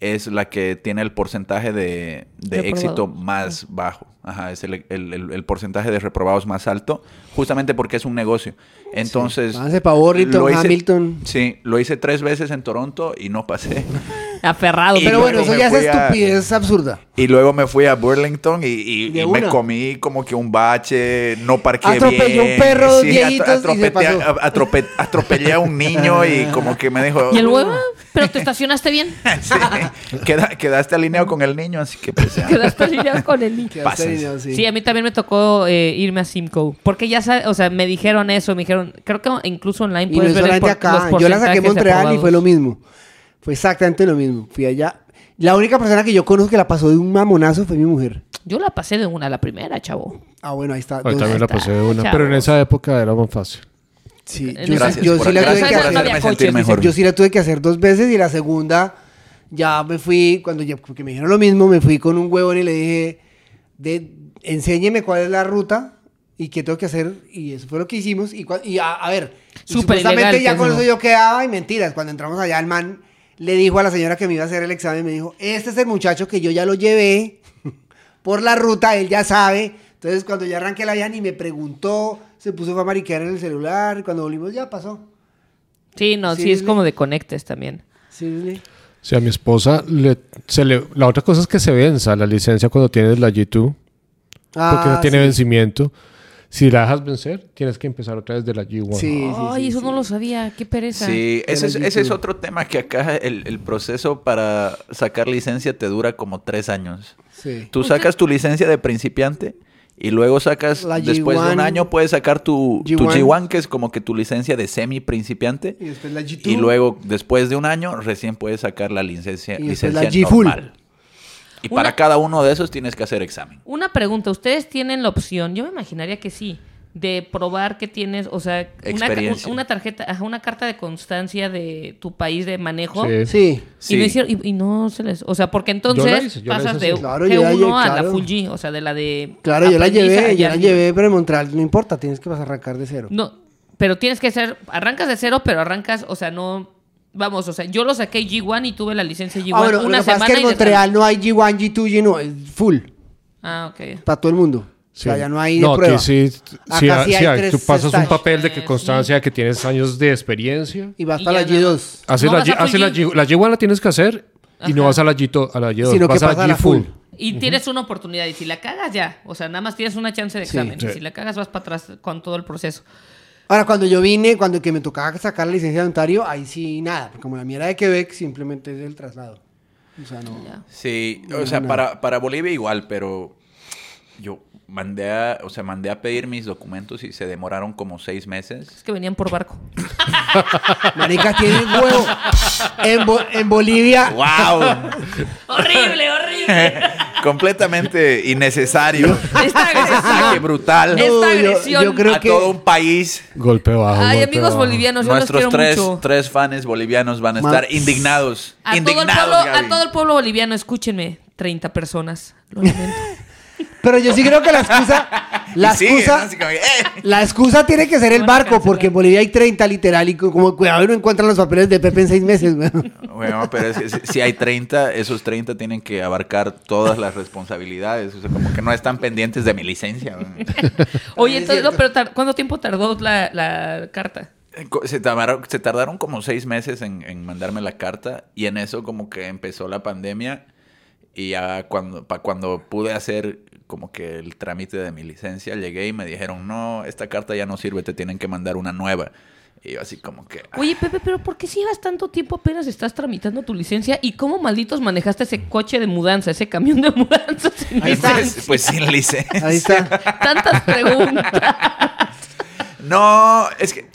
Speaker 3: es la que tiene el porcentaje de, de
Speaker 1: Reprobados.
Speaker 3: éxito más bajo. Ajá, es el, el- el- el porcentaje de reprobados más alto, justamente porque es un negocio. Entonces.
Speaker 2: Váyanse pa' Burlington, Hamilton.
Speaker 3: Sí, lo hice tres veces en Toronto y no pasé.
Speaker 1: Aferrado.
Speaker 3: Y
Speaker 2: Pero bueno, eso
Speaker 3: luego me
Speaker 2: ya es
Speaker 3: fui a-
Speaker 2: estupidez absurda.
Speaker 3: Y luego me fui a Burlington y, y-
Speaker 2: De
Speaker 3: y me
Speaker 2: una.
Speaker 3: comí como que un bache, no parqué
Speaker 2: Atropelló
Speaker 3: bien.
Speaker 2: un perro, dos
Speaker 3: atro-
Speaker 2: viejitos, y se
Speaker 3: atropellé a-
Speaker 2: pasó.
Speaker 3: atrope- atropellé a un niño y como que me dijo... "Uh".
Speaker 1: ¿Y el huevo? Pero te estacionaste bien.
Speaker 3: Sí. Queda- quedaste alineado con el niño, así que pues ya.
Speaker 1: Quedaste alineado con el niño.
Speaker 2: Que
Speaker 3: Pasas.
Speaker 2: hasta dinero, sí.
Speaker 1: Sí, pues, a mí también me tocó eh, irme a Simcoe. Porque ya sabes, o sea, me dijeron eso, me dijeron, creo que incluso online
Speaker 2: Y no
Speaker 1: puedes ver el
Speaker 2: solamente
Speaker 1: por-
Speaker 2: acá.
Speaker 1: los
Speaker 2: Yo la saqué
Speaker 1: porcentajes
Speaker 2: en
Speaker 1: de
Speaker 2: Montreal y fue
Speaker 1: aprobados.
Speaker 2: lo mismo. Fue exactamente lo mismo. Fui allá. La única persona que yo conozco que la pasó de un mamonazo fue mi mujer.
Speaker 1: Yo la pasé de una a la primera, chavo.
Speaker 2: Ah, bueno, ahí está.
Speaker 4: Ay,
Speaker 2: Dos.
Speaker 4: también la pasé de una.
Speaker 1: Chavos.
Speaker 4: Pero en esa época era más fácil.
Speaker 2: Sí, yo,
Speaker 1: Gracias
Speaker 2: sí- yo
Speaker 3: por-
Speaker 2: sí la tuve
Speaker 3: gracias
Speaker 2: que
Speaker 1: No
Speaker 3: por
Speaker 1: había
Speaker 2: hacer.
Speaker 3: hacerme
Speaker 1: coches,
Speaker 3: sentir
Speaker 1: dice.
Speaker 3: mejor.
Speaker 2: Pues Yo sí la tuve que hacer dos veces y la segunda ya me fui, cuando ya, porque me dijeron lo mismo, me fui con un huevón y le dije, de, enséñeme cuál es la ruta y qué tengo que hacer. Y eso fue lo que hicimos. Y, cua- y a, a ver, y
Speaker 1: Súper
Speaker 2: supuestamente
Speaker 1: ilegal,
Speaker 2: ya con
Speaker 1: que no.
Speaker 2: eso yo quedaba y mentiras. Cuando entramos allá, el man le dijo a la señora que me iba a hacer el examen, me dijo, este es el muchacho que yo ya lo llevé por la ruta, él ya sabe. Entonces, cuando ya arranqué la viaje, y me preguntó, se puso a mariquear en el celular. Cuando volvimos, ya pasó.
Speaker 1: Sí, no, sí,
Speaker 2: Sí,
Speaker 1: es
Speaker 2: sí.
Speaker 1: como de conectes también.
Speaker 2: Sí, sí, sí.
Speaker 4: O sea, a mi esposa le, se le- la otra cosa es que se venza la licencia cuando tienes la G2, porque
Speaker 2: Ah,
Speaker 4: no tiene
Speaker 2: sí.
Speaker 4: vencimiento. Si la dejas vencer, tienes que empezar otra vez de la G1.
Speaker 2: Sí, sí,
Speaker 1: Ay,
Speaker 2: sí,
Speaker 1: eso
Speaker 2: sí.
Speaker 1: no lo sabía, qué pereza.
Speaker 3: Sí, ese es,
Speaker 2: Era
Speaker 3: ese es
Speaker 2: YouTube.
Speaker 3: otro tema que acá el, el proceso para sacar licencia te dura como tres años.
Speaker 2: Sí.
Speaker 3: Tú sacas tu licencia de principiante y luego sacas,
Speaker 2: La
Speaker 3: después de un
Speaker 2: G1,
Speaker 3: año puedes sacar tu tu
Speaker 2: G1.
Speaker 3: G1, que es como que tu licencia de semi principiante.
Speaker 2: Y después la G2.
Speaker 3: Y luego, después de un año, recién puedes sacar la licencia,
Speaker 2: Y después la
Speaker 3: licencia
Speaker 2: G full.
Speaker 3: normal. Y
Speaker 1: Una-
Speaker 3: para cada uno de esos tienes que hacer examen.
Speaker 1: Una pregunta, ¿ustedes tienen la opción? Yo me imaginaría que sí, de probar que tienes, o sea, una,
Speaker 3: Experiencia.
Speaker 1: un- una tarjeta, ajá, una carta de constancia de tu país de manejo.
Speaker 4: Sí.
Speaker 2: Sí.
Speaker 1: Y, no
Speaker 3: Sí.
Speaker 1: hicieron- y- y no se les... O sea, porque entonces
Speaker 4: hice, yo la hice
Speaker 1: pasas
Speaker 4: así.
Speaker 1: de
Speaker 2: Claro,
Speaker 1: G1
Speaker 2: yo la
Speaker 1: a
Speaker 2: llevé,
Speaker 1: la
Speaker 2: claro.
Speaker 1: Full G, o sea, de la de...
Speaker 2: Claro, yo la
Speaker 1: aprendiz a
Speaker 2: llevé, yo la
Speaker 1: Yagi.
Speaker 2: llevé, pero en Montreal no importa, tienes que vas a arrancar de cero.
Speaker 1: No, pero tienes que ser... Arrancas de cero, pero arrancas, o sea, no... Vamos, o sea, yo lo saqué G1 y tuve la licencia G1
Speaker 2: Ah, bueno, lo
Speaker 1: una
Speaker 2: que pasa
Speaker 1: semana
Speaker 2: es que en
Speaker 1: y de-
Speaker 2: Montreal no hay G1, G2, G1, es full,
Speaker 1: Ah, ok.
Speaker 2: para todo el mundo.
Speaker 4: Sí.
Speaker 2: O sea, ya no hay de
Speaker 4: No,
Speaker 2: prueba.
Speaker 4: aquí sí,
Speaker 2: Acá
Speaker 4: sí, ah,
Speaker 2: sí hay
Speaker 4: sí, ah,
Speaker 2: tres
Speaker 4: tú pasas un
Speaker 2: estancias.
Speaker 4: papel de que
Speaker 1: Tres,
Speaker 4: constancia de que tienes años de experiencia.
Speaker 2: Y vas
Speaker 1: Y
Speaker 2: para la
Speaker 1: ya no-
Speaker 2: G2.
Speaker 4: Haces
Speaker 1: No
Speaker 4: la,
Speaker 1: vas
Speaker 4: G-
Speaker 1: a full
Speaker 4: haces la,
Speaker 1: G.
Speaker 4: G- la G1 la tienes que hacer y no
Speaker 1: Ajá.
Speaker 4: vas a la G2, a la G2,
Speaker 2: Sino que
Speaker 4: vas a
Speaker 2: pasa
Speaker 4: la
Speaker 2: a
Speaker 4: G
Speaker 2: la
Speaker 4: full.
Speaker 2: full.
Speaker 1: Y tienes una oportunidad y si la cagas ya, o sea, nada más tienes una chance de
Speaker 2: Sí.
Speaker 1: examen. Y
Speaker 4: Sí.
Speaker 1: si la cagas vas para atrás con todo el proceso.
Speaker 2: Ahora, cuando yo vine, cuando que me tocaba sacar la licencia de Ontario, ahí sí nada, porque como la mierda de Quebec simplemente es el traslado. O sea, no.
Speaker 1: Ya.
Speaker 3: Sí, o sea, para, para Bolivia igual, pero yo mandé a, o sea, mandé a pedir mis documentos y se demoraron como seis meses.
Speaker 1: Es que venían por barco.
Speaker 2: Marica, tienes huevo. En, Bo- en Bolivia,
Speaker 3: ¡Wow!
Speaker 1: horrible, horrible.
Speaker 3: Completamente innecesario.
Speaker 1: Esta
Speaker 3: Qué
Speaker 1: agresión.
Speaker 3: brutal.
Speaker 1: Esta
Speaker 2: No, yo-
Speaker 1: agresión.
Speaker 2: yo creo
Speaker 3: a
Speaker 2: que-
Speaker 3: todo un país.
Speaker 4: Golpe bajo.
Speaker 1: Ay,
Speaker 4: golpe
Speaker 1: amigos
Speaker 4: bajo.
Speaker 1: bolivianos, yo
Speaker 3: Nuestros
Speaker 1: los quiero
Speaker 3: tres,
Speaker 1: mucho.
Speaker 3: tres fans bolivianos van a
Speaker 2: Ma-
Speaker 3: estar indignados.
Speaker 1: a, todo el
Speaker 3: indignados,
Speaker 1: pueblo, a
Speaker 3: Gaby.
Speaker 1: todo el pueblo boliviano, escúchenme, 30 personas. Lo lamento.
Speaker 2: pero yo sí creo que la excusa, la
Speaker 3: Y siguen,
Speaker 2: excusa,
Speaker 3: así como que, ¡eh!
Speaker 2: La excusa tiene que ser el
Speaker 1: Van a
Speaker 2: barco,
Speaker 1: cancelar.
Speaker 2: porque en Bolivia hay 30 literal y como cuidado y no encuentran los papeles de Pepe en seis meses, güey.
Speaker 3: Bueno, pero es que si- si hay 30, esos 30 tienen que abarcar todas las responsabilidades. O sea, como que no están pendientes de mi licencia. güey.
Speaker 1: Oye,
Speaker 2: Es
Speaker 1: entonces, no,
Speaker 2: cierto.
Speaker 1: pero tar- ¿cuánto tiempo tardó la, la carta?
Speaker 3: Co- Se tardaron, se tardaron como seis meses en, en mandarme la carta y en eso como que empezó la pandemia y ya cuando, pa cuando pude hacer como que el trámite de mi licencia, llegué y me dijeron, no, esta carta ya no sirve, te tienen que mandar una nueva. Y yo así como que... ah,
Speaker 1: Oye, Pepe, pero ¿por qué si llevas tanto tiempo apenas estás tramitando tu licencia? ¿Y cómo malditos manejaste ese coche de mudanza, ese camión de mudanza? sin
Speaker 2: Ahí está.
Speaker 3: Pues, pues sin licencia.
Speaker 2: Ahí está.
Speaker 1: Tantas preguntas.
Speaker 3: No, es que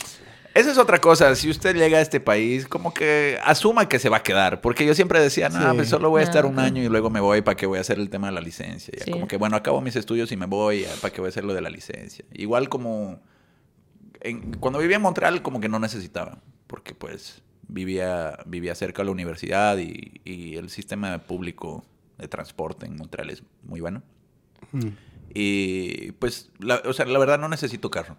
Speaker 3: esa es otra cosa. Si usted llega a este país, como que asuma que se va a quedar. Porque yo siempre decía, no,
Speaker 2: Sí.
Speaker 3: pues solo voy a
Speaker 1: Ah,
Speaker 3: estar un
Speaker 1: ok.
Speaker 3: año y luego me voy para que voy a hacer el tema de la licencia. Ya
Speaker 1: Sí.
Speaker 3: Como que, bueno, acabo mis estudios y me voy para que voy a hacer lo de la licencia. Igual como... en- cuando vivía en Montreal, como que no necesitaba. Porque pues vivía, vivía cerca de la universidad y, y el sistema público de transporte en Montreal es muy bueno. Y pues, la- o sea, la verdad no necesito carro.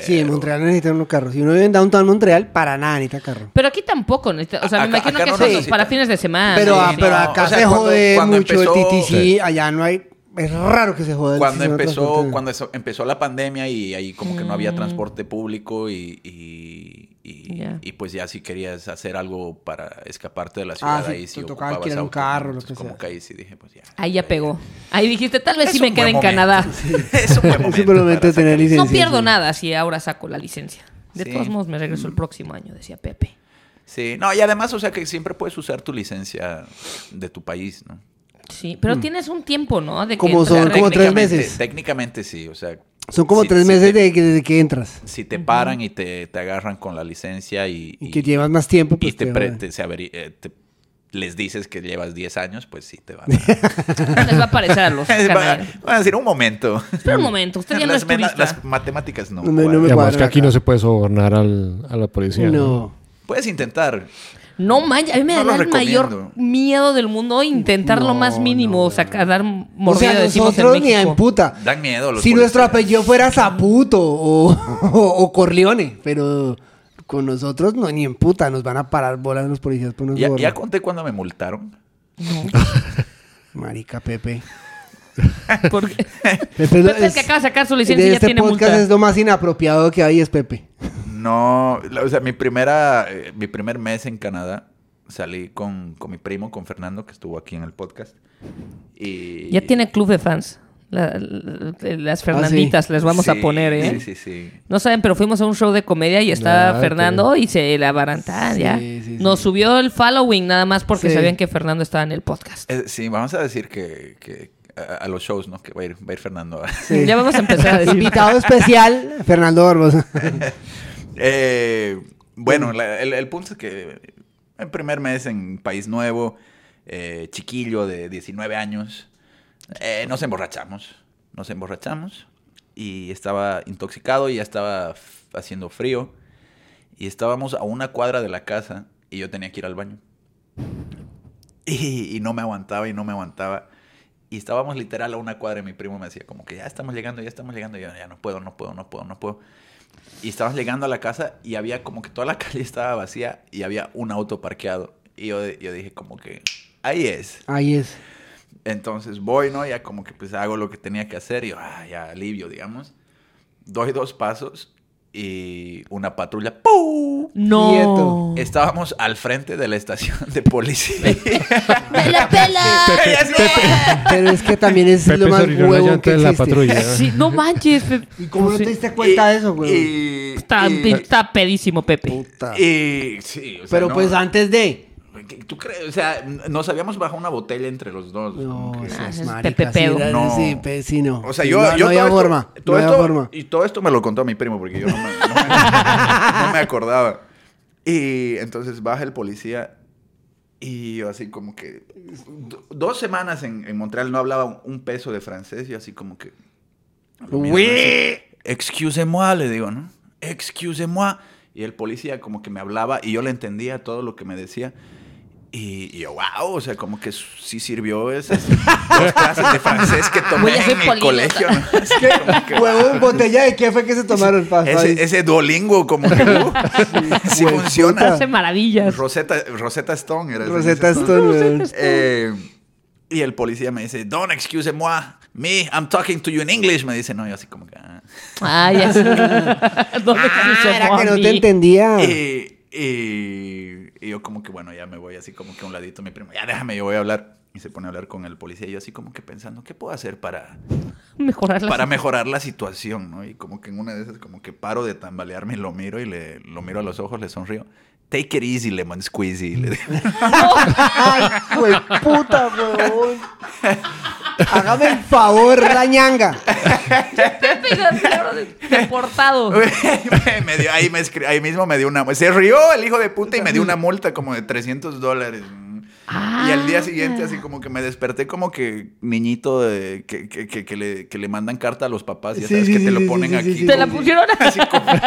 Speaker 2: Sí, en
Speaker 3: pero-
Speaker 2: Montreal necesitan unos carros. Si uno vive en Downtown Montreal, para nada necesita carro.
Speaker 1: Pero aquí tampoco. necesita- O sea, me
Speaker 3: Acá-
Speaker 1: imagino
Speaker 3: acá
Speaker 1: que
Speaker 3: no
Speaker 1: son
Speaker 3: necesitan.
Speaker 1: para fines de semana.
Speaker 2: Pero,
Speaker 1: ¿no?
Speaker 2: ah,
Speaker 3: sí,
Speaker 2: pero
Speaker 3: no.
Speaker 2: acá
Speaker 3: O sea,
Speaker 2: se
Speaker 3: cuando-
Speaker 2: jode
Speaker 3: cuando
Speaker 2: mucho
Speaker 3: empezó-
Speaker 2: el TTC.
Speaker 4: Sí.
Speaker 2: Allá no hay. Es raro que se jode el
Speaker 3: Cuando
Speaker 2: sistema de
Speaker 3: empezó,
Speaker 2: transporte.
Speaker 3: cuando eso- empezó la pandemia y ahí como que no
Speaker 1: Mm.
Speaker 3: había transporte público y, y, y-
Speaker 1: Ya.
Speaker 3: y pues ya si querías hacer algo para escaparte de la ciudad,
Speaker 2: Ah, sí,
Speaker 3: ahí sí
Speaker 2: te tocaba
Speaker 3: ocupabas
Speaker 2: alquilar un
Speaker 3: auto,
Speaker 2: carro, lo
Speaker 3: entonces
Speaker 2: que
Speaker 3: como
Speaker 2: sea.
Speaker 3: que ahí sí dije, pues ya.
Speaker 1: Ahí ya pegó. Ahí dijiste, tal vez sí
Speaker 3: Es
Speaker 1: me
Speaker 3: un
Speaker 1: quede
Speaker 3: buen
Speaker 1: en Canadá.
Speaker 3: momento. es
Speaker 2: Es
Speaker 3: un buen momento.
Speaker 2: un buen momento de
Speaker 3: para
Speaker 2: tener
Speaker 3: sacar-
Speaker 2: licencia.
Speaker 1: No pierdo
Speaker 2: sí.
Speaker 1: nada si ahora saco la licencia. De
Speaker 3: Sí.
Speaker 1: todos modos, me regreso el próximo año, decía Pepe.
Speaker 3: Sí, no, y además, o sea que siempre puedes usar tu licencia de tu país, ¿no?
Speaker 1: Sí, pero tienes un tiempo, ¿no? De que
Speaker 2: Como Mm. son-
Speaker 1: entrar-
Speaker 2: como tres
Speaker 1: técnicamente.
Speaker 3: Técnicamente-
Speaker 2: meses.
Speaker 3: Técnicamente sí, o sea.
Speaker 2: Son como
Speaker 3: si-
Speaker 2: tres
Speaker 3: si
Speaker 2: meses
Speaker 3: te-
Speaker 2: de que- desde que entras.
Speaker 3: Si te paran y te, te agarran con la licencia y,
Speaker 2: Y que llevas más tiempo,
Speaker 3: y
Speaker 2: pues.
Speaker 3: te,
Speaker 2: te
Speaker 3: pre-
Speaker 2: joden.
Speaker 3: te- se averi- eh, te- les dices que llevas 10 años, pues sí te va a
Speaker 1: Les va a parecer a los
Speaker 3: van,
Speaker 1: canadienses.
Speaker 3: van a decir un momento.
Speaker 1: Espera un momento, usted ya no
Speaker 3: las,
Speaker 1: es
Speaker 3: me- la-
Speaker 1: turista.
Speaker 3: las matemáticas no.
Speaker 2: No me- no
Speaker 3: cuadran.
Speaker 2: me-
Speaker 4: Y además que
Speaker 2: cuadra
Speaker 4: aquí
Speaker 2: acá.
Speaker 4: no se puede sobornar al, a la policía.
Speaker 2: No.
Speaker 3: Puedes intentar.
Speaker 1: No manches, a mí me
Speaker 3: No
Speaker 1: da
Speaker 3: lo
Speaker 1: el mayor
Speaker 3: recomiendo.
Speaker 1: miedo del mundo intentar lo
Speaker 2: No,
Speaker 1: más mínimo,
Speaker 2: no,
Speaker 1: o sea, ca- dar
Speaker 2: O
Speaker 1: mordida
Speaker 2: sea,
Speaker 1: decimos
Speaker 2: nosotros
Speaker 1: en
Speaker 2: ni en
Speaker 1: México.
Speaker 2: puta.
Speaker 3: Dan miedo los
Speaker 2: Si nuestro
Speaker 3: policías.
Speaker 2: apellido fuera Zaputo o, o, o Corleone, pero con nosotros no, ni en puta. Nos van a parar bolas los policías por unos
Speaker 3: Ya,
Speaker 2: gorros.
Speaker 3: ya conté cuando me multaron.
Speaker 2: Marica Pepe.
Speaker 1: Porque
Speaker 2: Pepe, es lo-
Speaker 1: Pepe, el que
Speaker 2: es-
Speaker 1: acaba de sacar su licencia
Speaker 2: de
Speaker 1: ya
Speaker 2: este
Speaker 1: tiene
Speaker 2: podcast
Speaker 1: multa.
Speaker 2: es lo más inapropiado que hay, es Pepe.
Speaker 3: No, la- o sea, mi primera, eh, mi primer mes en Canadá salí con, con mi primo, con Fernando, que estuvo aquí en el podcast. Y...
Speaker 1: Ya tiene club de fans. La- la-
Speaker 2: Ah,
Speaker 1: las Fernanditas les vamos a
Speaker 3: Sí,
Speaker 1: poner, ¿eh?
Speaker 3: Sí, sí, sí.
Speaker 1: No saben, pero fuimos a un show de comedia y estaba
Speaker 4: Ah,
Speaker 1: Fernando y se la barantán, ya.
Speaker 2: Sí, sí,
Speaker 1: Nos
Speaker 2: sí.
Speaker 1: subió el following nada más porque
Speaker 2: Sí.
Speaker 1: sabían que Fernando estaba en el podcast.
Speaker 3: Eh, sí, vamos a decir que, que a, a los shows, ¿no? Que va a ir, va a ir Fernando.
Speaker 2: Sí.
Speaker 1: Ya vamos a empezar a decir.
Speaker 2: Invitado especial, Fernando Barbosa.
Speaker 3: Eh, bueno, la- el, el punto es que el primer mes en país nuevo, eh, chiquillo de 19 años, eh, nos emborrachamos. Nos emborrachamos y estaba intoxicado y ya estaba f- haciendo frío. Y estábamos a una cuadra de la casa y yo tenía que ir al baño. Y, y no me aguantaba y no me aguantaba. Y estábamos literal a una cuadra y mi primo me decía como que ya estamos llegando, ya estamos llegando. Y yo ya no puedo, no puedo, no puedo, no puedo. Y estabas llegando a la casa y había como que toda la calle estaba vacía y había un auto parqueado. Y yo, yo dije como que ahí es.
Speaker 2: Ahí es.
Speaker 3: Entonces voy, ¿no? Ya como que pues hago lo que tenía que hacer y yo, ah, ya alivio, digamos. Doy dos pasos y una patrulla, ¡pum!
Speaker 1: No.
Speaker 3: Estábamos al frente de la estación de policía.
Speaker 1: ¡Me la pela!
Speaker 3: Y así, ¡ah!
Speaker 2: Pero es que también es
Speaker 4: Pepe
Speaker 2: lo
Speaker 4: se
Speaker 2: más
Speaker 4: orinó en la
Speaker 2: huevo
Speaker 4: llanta
Speaker 2: que
Speaker 4: de la
Speaker 2: existe.
Speaker 4: patrulla.
Speaker 1: Sí, no manches. Pepe.
Speaker 2: ¿Y cómo no
Speaker 1: Pues
Speaker 2: te
Speaker 1: sí.
Speaker 2: diste cuenta
Speaker 3: Eh,
Speaker 2: de eso, güey?
Speaker 3: Y,
Speaker 1: Está,
Speaker 3: y-
Speaker 1: está pedísimo, Pepe.
Speaker 3: eh,
Speaker 2: Puta.
Speaker 3: y- sí, o sea,
Speaker 2: Pero
Speaker 3: no-
Speaker 2: pues antes de.
Speaker 3: ¿Tú crees? O sea, n- nos habíamos bajado una botella entre los dos.
Speaker 2: No,
Speaker 3: Pues, como que-
Speaker 1: Ah,
Speaker 2: eso es
Speaker 1: ese es
Speaker 2: marica,
Speaker 1: Pepe
Speaker 2: sí,
Speaker 1: pedo.
Speaker 2: era-
Speaker 3: No.
Speaker 2: Sí, pe- sí, no.
Speaker 3: O sea,
Speaker 2: Sí,
Speaker 3: yo,
Speaker 2: no,
Speaker 3: yo
Speaker 2: no había
Speaker 3: todo esto-
Speaker 2: forma.
Speaker 3: todo
Speaker 2: no
Speaker 3: esto-
Speaker 2: había forma.
Speaker 3: Y todo esto me lo contó mi primo porque yo no me, no me- no me acordaba. Y entonces baja el policía y yo así como que... do- dos semanas en, en Montreal no hablaba un- un peso de francés y así como que... lo miro,
Speaker 2: Uy.
Speaker 3: ¿no? Así, Excusez-moi, le digo, ¿no? Excusez-moi. Y el policía como que me hablaba y yo le entendía todo lo que me decía. Y, y yo, wow, o sea, como que sí sirvió esas dos clases de francés que tomé
Speaker 1: Voy a ser
Speaker 3: en el
Speaker 1: políglota.
Speaker 3: colegio. ¿no? Así como que,
Speaker 2: Huevo en botella de qué fue que se tomaron pa-
Speaker 3: ese,
Speaker 2: pa-
Speaker 3: ese duolingo como que uh, sí
Speaker 2: güey,
Speaker 3: funciona.
Speaker 1: Hace maravillas.
Speaker 3: Rosetta, Rosetta Stone era. ese-
Speaker 2: Rosetta Stone, weón.
Speaker 3: Eh, y el policía me dice, don't excuse moi, me, I'm talking to you in English. Me dice, no, yo así como que... ah.
Speaker 1: Ay, así. ¿Dónde
Speaker 2: Ah,
Speaker 1: se
Speaker 2: era
Speaker 1: asomó
Speaker 2: que
Speaker 1: a
Speaker 2: no
Speaker 1: mí?
Speaker 2: te entendía.
Speaker 3: Y, y- y yo como que, bueno, ya me voy así como que a un ladito mi primo. Ya déjame, yo voy a hablar. Y se pone a hablar con el policía y yo así como que pensando, ¿qué puedo hacer para,
Speaker 1: Mejorar la
Speaker 3: para mejorar la situación? ¿no? Y como que en una de esas como que paro de tambalearme y lo miro y le, lo miro a los ojos, le sonrío. Take it easy, lemon squeezy. le digo.
Speaker 2: ¡Ay, güey, puta, weón! Hágame el favor, la ñanga.
Speaker 1: situación. Deportado.
Speaker 3: Me dio- ahí, me escri- ahí mismo me dio una... Se rió el hijo de puta y me dio una multa como de 300 dólares. Y al día siguiente así como que me desperté como que niñito de- que, que- que- que le, que le mandan carta a los papás, ya
Speaker 2: Sí,
Speaker 3: sabes
Speaker 2: sí,
Speaker 3: que
Speaker 2: sí,
Speaker 3: te
Speaker 2: sí,
Speaker 3: lo ponen
Speaker 2: sí, sí,
Speaker 3: aquí.
Speaker 2: sí.
Speaker 1: Te la
Speaker 3: como-
Speaker 1: pusieron.
Speaker 3: así como, con,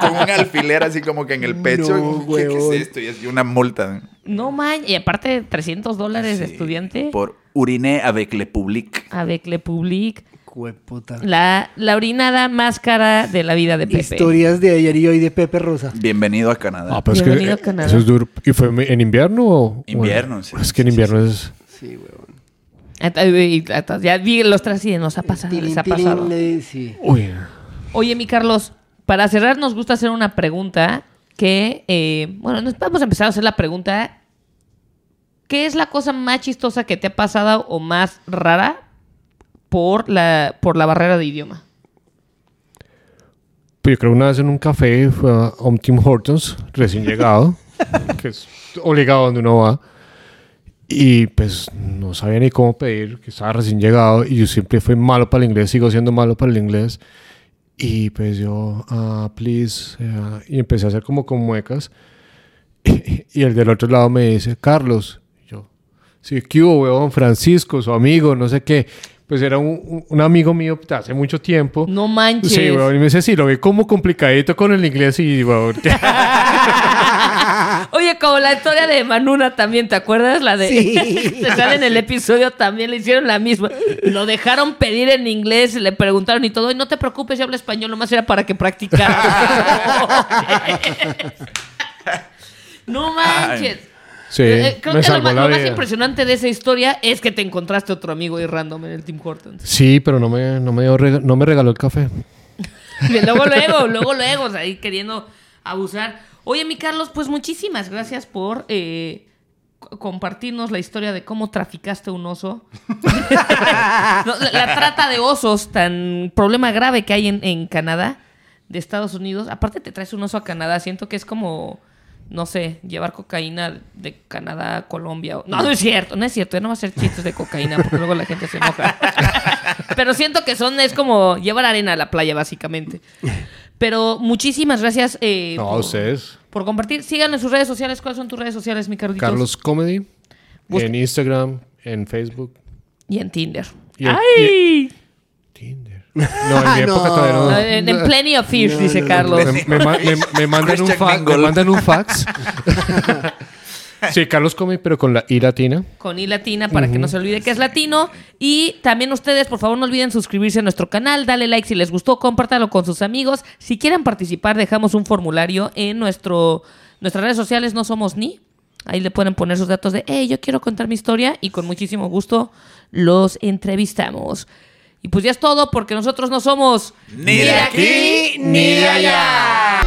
Speaker 3: con un alfiler así como que en el pecho.
Speaker 2: No,
Speaker 3: ¿Qué, qué
Speaker 2: huevón.
Speaker 3: es esto? Y es una multa.
Speaker 1: No man, y aparte 300 dólares de
Speaker 3: Sí,
Speaker 1: estudiante.
Speaker 3: Por uriné avec le public.
Speaker 1: A Becle Public.
Speaker 2: Güey, puta.
Speaker 1: La, la orinada más cara de la vida de Pepe.
Speaker 2: Historias de ayer y hoy de Pepe Rosa.
Speaker 3: Bienvenido a Canadá.
Speaker 4: Ah, pero es que
Speaker 1: Bienvenido
Speaker 4: eh,
Speaker 1: a Canadá.
Speaker 4: eso es duro. ¿Y fue en invierno o...?
Speaker 3: Invierno, sí,
Speaker 4: Es que en invierno es...
Speaker 2: Sí, weón.
Speaker 1: Ah, ah, y- ah, ah, Ya vi los tres y nos ha pasado, les ha pasado.
Speaker 2: sí.
Speaker 4: Uy.
Speaker 1: Oye, mi Carlos, para cerrar nos gusta hacer una pregunta que, eh, bueno, nos vamos a empezar a hacer la pregunta. ¿Qué es la cosa más chistosa que te ha pasado o más rara por la, por la barrera de idioma?
Speaker 4: Pues yo creo que una vez en un café fue a a un Tim Hortons, recién llegado, que es obligado donde uno va. Y pues no sabía ni cómo pedir, que estaba recién llegado y yo siempre fui malo para el inglés, sigo siendo malo para el inglés. Y pues yo, ah, please, ah, y empecé a hacer como con muecas. y el del otro lado me dice, Carlos, Y yo, sí, ¿qué hubo, huevón? Francisco, su amigo, no sé qué. Pues era un- un, un amigo mío de hace mucho tiempo.
Speaker 1: No manches.
Speaker 4: Sí, weón. Y me dice, sí, lo ve como complicadito con el inglés y, weón.
Speaker 1: Oye, como la historia de Manuna también, ¿te acuerdas? La de...
Speaker 2: Sí.
Speaker 1: Se sale en el episodio también, le hicieron la misma. Lo dejaron pedir en inglés, le preguntaron y todo. Y no te preocupes, yo hablo español, nomás era para que practicara. no manches.
Speaker 4: Sí,
Speaker 1: Eh, creo
Speaker 4: me
Speaker 1: que lo
Speaker 4: salvó
Speaker 1: más,
Speaker 4: la
Speaker 1: lo más
Speaker 4: vida.
Speaker 1: impresionante de esa historia es que te encontraste otro amigo y random en el Tim Hortons.
Speaker 4: Sí, pero no me, no, me dio rega- no me regaló el café.
Speaker 1: Y luego, luego, luego, luego, o sea, ahí queriendo abusar. Oye, mi Carlos, pues muchísimas gracias por eh, co- compartirnos la historia de cómo traficaste un oso. No, la, la trata de osos, tan problema grave que hay en, en Canadá, de Estados Unidos. Aparte te traes un oso a Canadá, siento que es como, no sé, llevar cocaína de Canadá a Colombia. o- No, no es cierto, no es cierto, ya no va a ser chistes de cocaína porque luego la gente se enoja. Pero siento que son, es como llevar arena a la playa, básicamente. Pero muchísimas gracias. eh,
Speaker 4: No, a
Speaker 1: por-
Speaker 4: ustedes.
Speaker 1: Por compartir. Síganos en sus redes sociales. ¿Cuáles son tus redes sociales, mi Carlitos?
Speaker 4: Carlos Comedy.
Speaker 1: Busca-
Speaker 4: En Instagram, en Facebook,
Speaker 1: Y en Tinder.
Speaker 4: Y en-
Speaker 1: ¡Ay!
Speaker 4: Tinder. Ah, No, en mi
Speaker 2: No.
Speaker 4: época todavía no.
Speaker 1: No, en, en Plenty of Fish,
Speaker 2: Ah. No,
Speaker 1: dice
Speaker 2: no, no.
Speaker 1: Carlos.
Speaker 4: Me, me ma- me- me mandan, un
Speaker 3: Christian
Speaker 4: fa- me
Speaker 3: Mingle.
Speaker 4: mandan un fax. sí, Carlos Comedy, pero con la I latina.
Speaker 1: con i latina para que no se olvide que es latino. Y también ustedes, por favor, no olviden suscribirse a nuestro canal, dale like si les gustó, compártalo con sus amigos. Si quieren participar, dejamos un formulario en nuestro, nuestras redes sociales, no somos ni. Ahí le pueden poner sus datos de, hey, yo quiero contar mi historia y con muchísimo gusto los entrevistamos. Y pues ya es todo porque nosotros no somos
Speaker 3: Ni de aquí,
Speaker 2: ni de allá.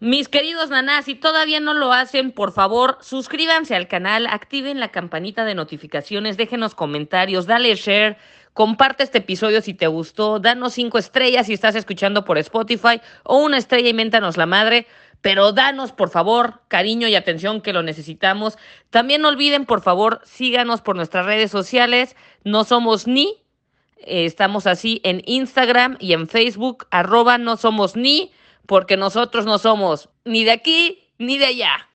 Speaker 1: mis queridos nanás, si todavía no lo hacen, por favor, suscríbanse al canal, activen la campanita de notificaciones, déjenos comentarios, dale share, comparte este episodio si te gustó, danos cinco estrellas si estás escuchando por Spotify o una estrella y méntanos la madre. Pero danos, por favor, cariño y atención que lo necesitamos. También no olviden, por favor, síganos por nuestras redes sociales. No somos ni, eh, estamos así en Instagram y en Facebook, arroba no somos ni, porque nosotros no somos ni de aquí ni de allá.